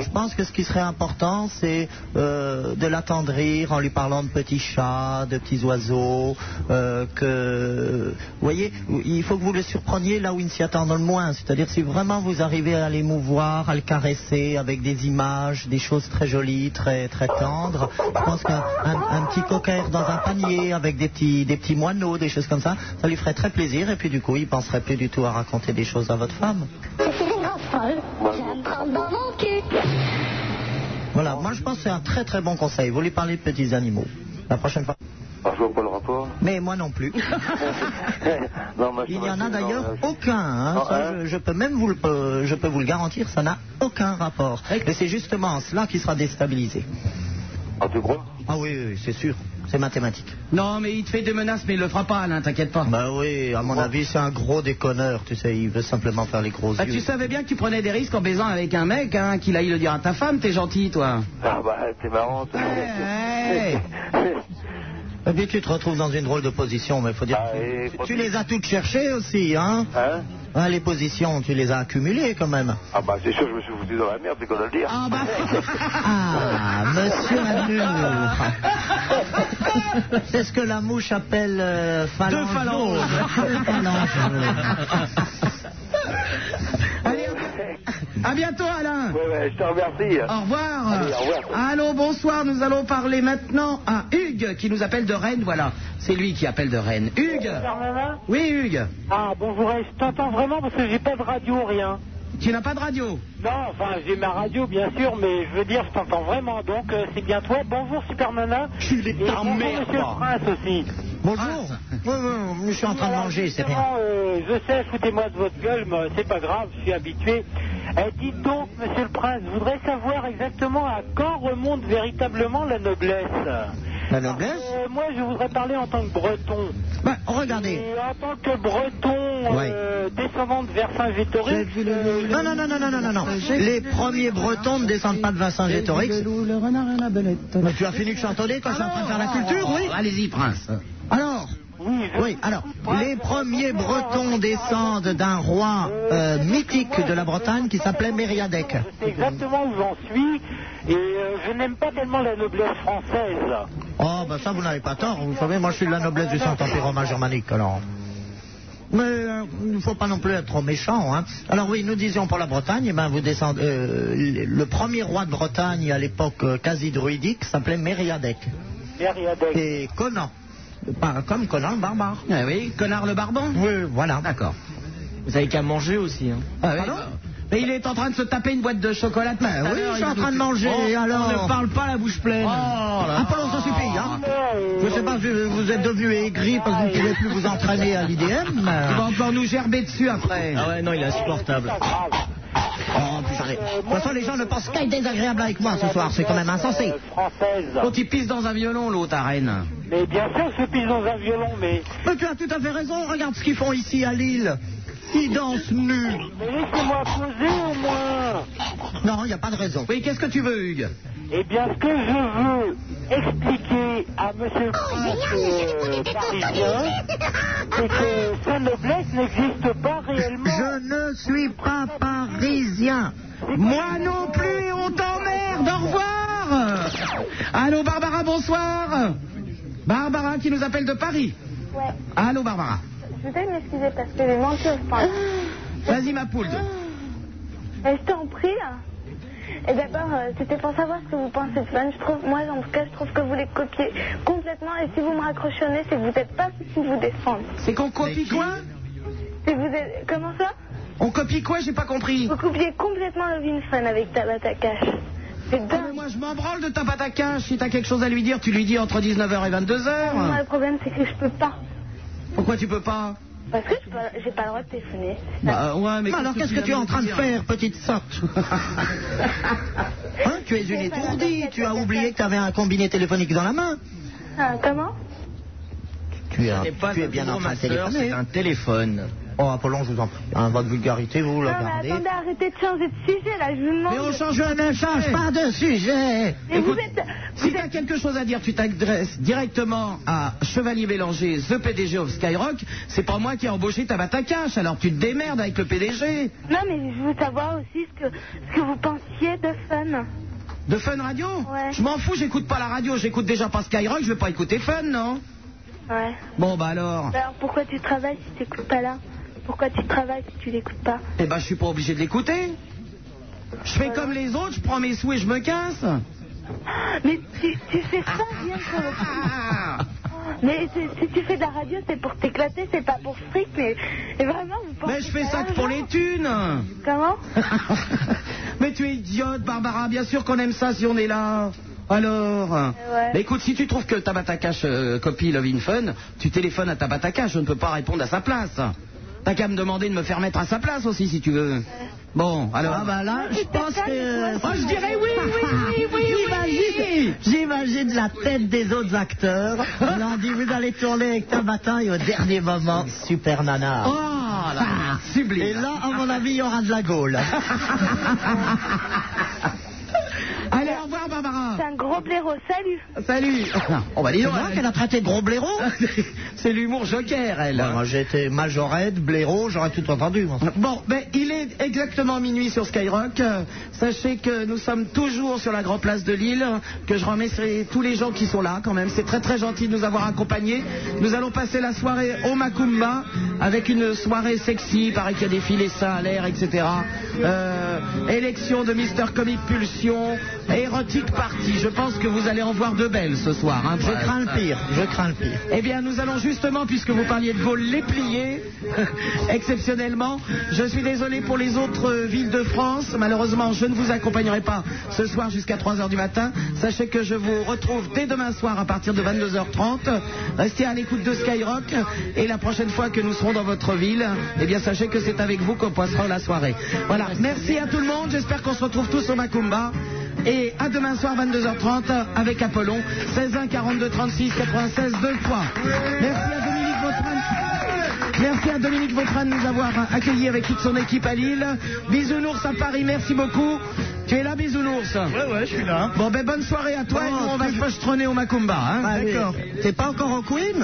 S3: Je pense que ce qui serait important, c'est euh, de l'attendrir en lui parlant de petits chats, de petits oiseaux, euh, que... Vous voyez, il faut que vous le surpreniez là où il ne s'y attend le moins. C'est-à-dire si vraiment vous arrivez à l'émouvoir, à le caresser avec des images, des choses très jolies, très, très tendres, je pense qu'un un- un petit cocker dans un panier avec des petits, des petits moineaux, des choses comme ça, ça lui ferait très plaisir et puis du coup, il penserait plus du tout à raconter des choses à votre femme. Voilà, moi je pense que c'est un très très bon conseil. Vous lui parlez de petits animaux. La prochaine fois.
S23: alors Ah, je vois pas le rapport.
S3: Mais moi non plus.
S23: non, moi, je
S3: Il
S23: suis
S3: n'y en a
S23: dans-
S3: d'ailleurs
S23: euh,
S3: aucun. hein.
S23: Non,
S3: Ça,
S23: hein.
S3: je, je peux même vous le, euh, je peux vous le garantir, ça n'a aucun rapport. Et c'est justement cela qui sera déstabilisé.
S23: Ah, tu crois
S3: Ah oui, oui, oui, c'est sûr. C'est mathématique.
S2: Non, mais il te fait des menaces, mais il le fera pas, Alain, t'inquiète pas.
S3: Bah oui, à mon avis, c'est un gros déconneur. Tu sais, il veut simplement faire les gros
S2: Bah,
S3: yeux.
S2: tu savais bien que tu prenais des risques en baisant avec un mec, hein, qu'il aille le dire à ta femme, t'es gentil, toi.
S23: Ah bah, t'es marrant. toi.
S2: Hey.
S3: Et puis Bah, tu te retrouves dans une drôle de position, mais faut dire. que tu- tu les as toutes cherchées aussi, hein
S23: Hein
S3: Ah, Les positions, tu les as accumulées quand même.
S23: Ah bah, c'est sûr, je me suis foutu dans la merde, c'est qu'on doit le dire.
S2: Ah bah,
S3: Ah, monsieur Amur. C'est ce que la mouche appelle euh, phalange.
S2: Deux phalanges.
S3: Deux phalanges.
S2: À bientôt, Alain.
S23: Ouais, ouais, je te remercie.
S2: Au revoir.
S23: Allez, au revoir.
S2: Allô, bonsoir. Nous allons parler maintenant à Hugues qui nous appelle de Rennes. Voilà, c'est lui qui appelle de Rennes. Hugues. Oui, Hugues.
S4: Ah, bonjour, je t'entends vraiment parce que j'ai pas de radio, rien.
S2: Tu n'as pas de radio
S4: Non, enfin, j'ai ma radio, bien sûr, mais je veux dire, je t'entends vraiment, donc euh, c'est bien toi. Bonjour, Super Nana. Tu les
S3: t'emmerdes,
S4: Monsieur
S3: toi.
S4: le Prince aussi.
S3: Bonjour. Oui, oui, je suis en train de manger, c'est rien.
S4: Justement, euh, je sais, foutez-moi de votre gueule, mais c'est pas grave, je suis habitué. Eh, dites donc, Monsieur le Prince, je voudrais savoir exactement à quand remonte véritablement la noblesse.
S2: La noblesse
S4: Euh, moi, je voudrais parler en tant que breton.
S2: regardez.
S4: Et en tant que breton euh, descendant de Versailles Vittorix.
S2: Non, non, non, non, non, non, non, non. Les premiers Bretons ne descendent pas de Vincent Gétorix.
S7: Le renard et la belette.
S2: Mais tu as fini de chantonner quand je suis en train de faire la culture, oui Allez-y, prince. Alors oui, alors, les premiers Bretons descendent d'un roi euh, mythique de la Bretagne qui s'appelait Mériadec.
S4: C'est exactement où j'en suis. Et euh, je n'aime pas tellement la noblesse française.
S2: Oh, ben ça, vous n'avez pas tort. Vous savez, moi, je suis de la noblesse du Saint-Empire germanique, alors. Mais euh, il ne faut pas non plus être trop méchant. Hein. Alors oui, nous disions pour la Bretagne, eh ben, vous descendez, euh, le premier roi de Bretagne à l'époque euh, quasi druidique s'appelait Mériadec.
S4: Mériadec.
S2: Et Conan. Pas- comme Conan le barbare. Ah oui, Connard le barbare Oui, voilà. D'accord.
S5: Vous avez qu'à manger aussi. Hein.
S2: Ah Mais il est en train de se taper une boîte de chocolat. oui, je suis en train de manger. alors.
S5: On ne parle pas la bouche pleine.
S2: Apollon, ça suffit. Hein. Je sais pas, vous- vous êtes devenu aigri parce que vous ne pouvez plus vous entraîner à l'IDM. Il va encore nous gerber dessus après.
S5: Ah ouais, non, il est insupportable.
S2: Oh, purée. De toute façon, les gens ne pensent qu'à être désagréables avec moi ce soir. C'est quand même insensé.
S4: Française.
S2: il pisse dans un violon, l'autre, à Rennes.
S4: Mais bien sûr, je pisse dans un violon, mais.
S2: Mais tu as tout à fait raison. Regarde ce qu'ils font ici à Lille. Ils dansent nus.
S4: Mais laissez-moi poser au moins.
S2: Non, il n'y a pas de raison. Oui, qu'est-ce que tu veux, Hugues
S4: Eh bien, ce que je veux expliquer à
S2: Oh,
S4: monsieur le prince euh, parisien, c'est que sa noblesse n'existe pas réellement.
S2: Je ne suis pas parisien. Moi non plus, on t'emmerde. Au revoir. Allô, Barbara, bonsoir. Barbara qui nous appelle de Paris.
S15: Ouais.
S2: Allô, Barbara.
S15: Je voudrais m'excuser parce que j'ai menti au prince.
S2: Vas-y, ma poule.
S15: Mais Euh, je t'en prie. hein. Et d'abord, euh, c'était pour savoir ce que vous pensez de Fun. Je trouve, moi, en tout cas, je trouve que vous les copiez complètement. Et si vous me raccrochonnez, c'est que vous n'êtes pas si vous défendre.
S2: C'est qu'on copie quoi
S15: C'est que vous êtes... Comment ça
S2: On copie quoi J'ai pas compris.
S15: Vous copiez complètement Lovin Fun avec Tabata Cash. C'est dingue.
S2: Ah, Moi, je m'en branle de ta pâte à cache. Si t'as quelque chose à lui dire, tu lui dis entre 19h et
S15: Moi,
S2: 22h.
S15: le problème, c'est que je peux pas.
S2: Pourquoi tu peux pas
S15: Parce que je peux- j'ai pas le droit de téléphoner.
S2: Bah, ouais, mais
S15: Bah, alors, qu'est-ce que tu es en train de faire,
S2: petite sotte Hein, tu es une étourdie, tu as oublié que tu avais un combiné téléphonique dans la main.
S15: Ah, comment
S2: Tu es, un-
S5: n'est pas
S2: tu es
S5: un
S2: bien
S5: bureau,
S2: en train
S5: ma
S2: de hein.
S5: sœur,
S2: téléphoner.
S5: c'est un
S2: téléphone. Oh, Apollon, je vous en prie. Un votre vulgarité, vous, la
S15: Non, mais
S2: gardez.
S15: attendez, arrêtez de changer de sujet, là, je vous demande.
S2: Mais on change, je ne change pas de sujet.
S15: Mais vous
S2: Écoute,
S15: êtes-
S2: si tu as quelque chose à dire, tu t'adresses directement à Chevalier Bélanger, the PDG of Skyrock. C'est pas moi qui ai embauché Tabata Cash, alors tu te démerdes avec le PDG.
S15: Non, mais je veux savoir aussi ce que, ce que vous pensiez de Fun.
S2: De Fun Radio Je m'en fous, j'écoute pas la radio, j'écoute déjà pas Skyrock, je vais pas écouter Fun, non
S15: Ouais.
S2: Bon, bah alors.
S15: Alors pourquoi tu travailles si tu n'écoutes pas là Pourquoi tu travailles si tu l'écoutes pas
S2: Eh ben, je suis pas obligé de l'écouter. Je fais comme les autres, je prends mes sous et je me casse.
S15: Mais tu, tu fais ça bien sur le Mais c'est- si tu fais de la radio, c'est pour t'éclater, c'est pas pour fric, mais mais vraiment, vous pensez.
S2: Mais je fais ça que pour les thunes.
S15: Comment
S2: Mais tu es idiote, Barbara. Bien sûr qu'on aime ça si on est là. Alors
S15: ouais.
S2: Mais Écoute, si tu trouves que Tabata Cash euh, copie Love in Fun, tu téléphones à Tabata Cash. Je ne peux pas répondre à sa place. T'as qu'à me demander de me faire mettre à sa place aussi, si tu veux. Bon, alors... Ah bah là, je pense que... Oh, je dirais oui, oui, oui, oui J'imagine la tête des autres acteurs. On leur dit, vous allez tourner avec Tabata et au dernier moment, super nana.
S5: Ah.
S2: Oh là là, sublime Et là, à mon avis, il y aura de la gaule. Allez, au revoir, Barbara
S15: C'est un gros blaireau, salut
S2: Salut On va dire qu'elle a traité de gros blaireau C'est l'humour joker, elle.
S3: Moi, j'étais majorette, blaireau, j'aurais tout entendu. moi.
S2: Bon, ben, il est exactement minuit sur Skyrock. Euh, Sachez que nous sommes toujours sur la Grand Place de Lille, que je remercie tous les gens qui sont là quand même. C'est très très gentil de nous avoir accompagnés. Nous allons passer la soirée au Macumba avec une soirée sexy. Pareil qu'il y a des filets seins à l'air, etc. Euh, élection de Mister Comic Pulsion, érotique party. Je pense que vous allez en voir de belles ce soir. hein.
S3: Je crains le pire, je crains le pire.
S2: Eh bien, nous allons justement, puisque vous parliez de Gaulle, les plier, exceptionnellement. Je suis désolé pour les autres euh, villes de France. Malheureusement, je ne vous accompagnerai pas ce soir jusqu'à 3h du matin. Sachez que je vous retrouve dès demain soir à partir de 22h30. Restez à l'écoute de Skyrock. Et la prochaine fois que nous serons dans votre ville, eh bien, sachez que c'est avec vous qu'on passera la soirée. Voilà. Merci à tout le monde. J'espère qu'on se retrouve tous au Macumba. Et à demain soir, 22h30, avec Apollon, 16 1 42 36 96 deux fois. Merci à Dominique Vautrin. Merci à Dominique Vautrin de nous avoir accueillis avec toute son équipe à Lille. Bisounours à Paris, merci beaucoup. Tu es là, Bisounours
S3: Ouais, ouais, je suis là.
S2: Bon, ben bonne soirée à toi
S3: Bon,
S2: et nous, on va se
S3: plus-
S2: pastronner au Macumba. hein.
S3: Ah, D'accord. T'es pas encore au Queen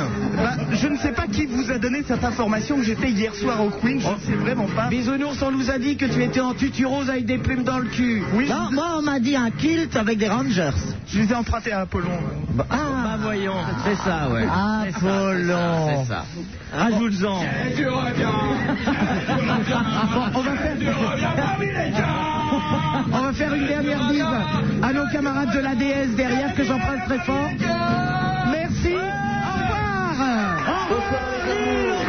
S3: Je ne sais pas qui vous a donné cette information que j'étais hier soir au Queen. Je ne sais vraiment pas.
S2: Bisounours, on nous a dit que tu étais en tutu rose avec des plumes dans le cul. Oui,
S3: Non, moi, on m'a dit un kilt avec des Rangers. Je les ai empruntés à Apollon. ah,
S5: voyons. C'est ça, ouais.
S3: Apollon.
S5: C'est ça. Rajoute-en.
S6: Tu reviens.
S2: On va faire. On va faire une dernière bise à nos camarades de la DS derrière que j'embrasse très fort. Merci. Au revoir. Au revoir.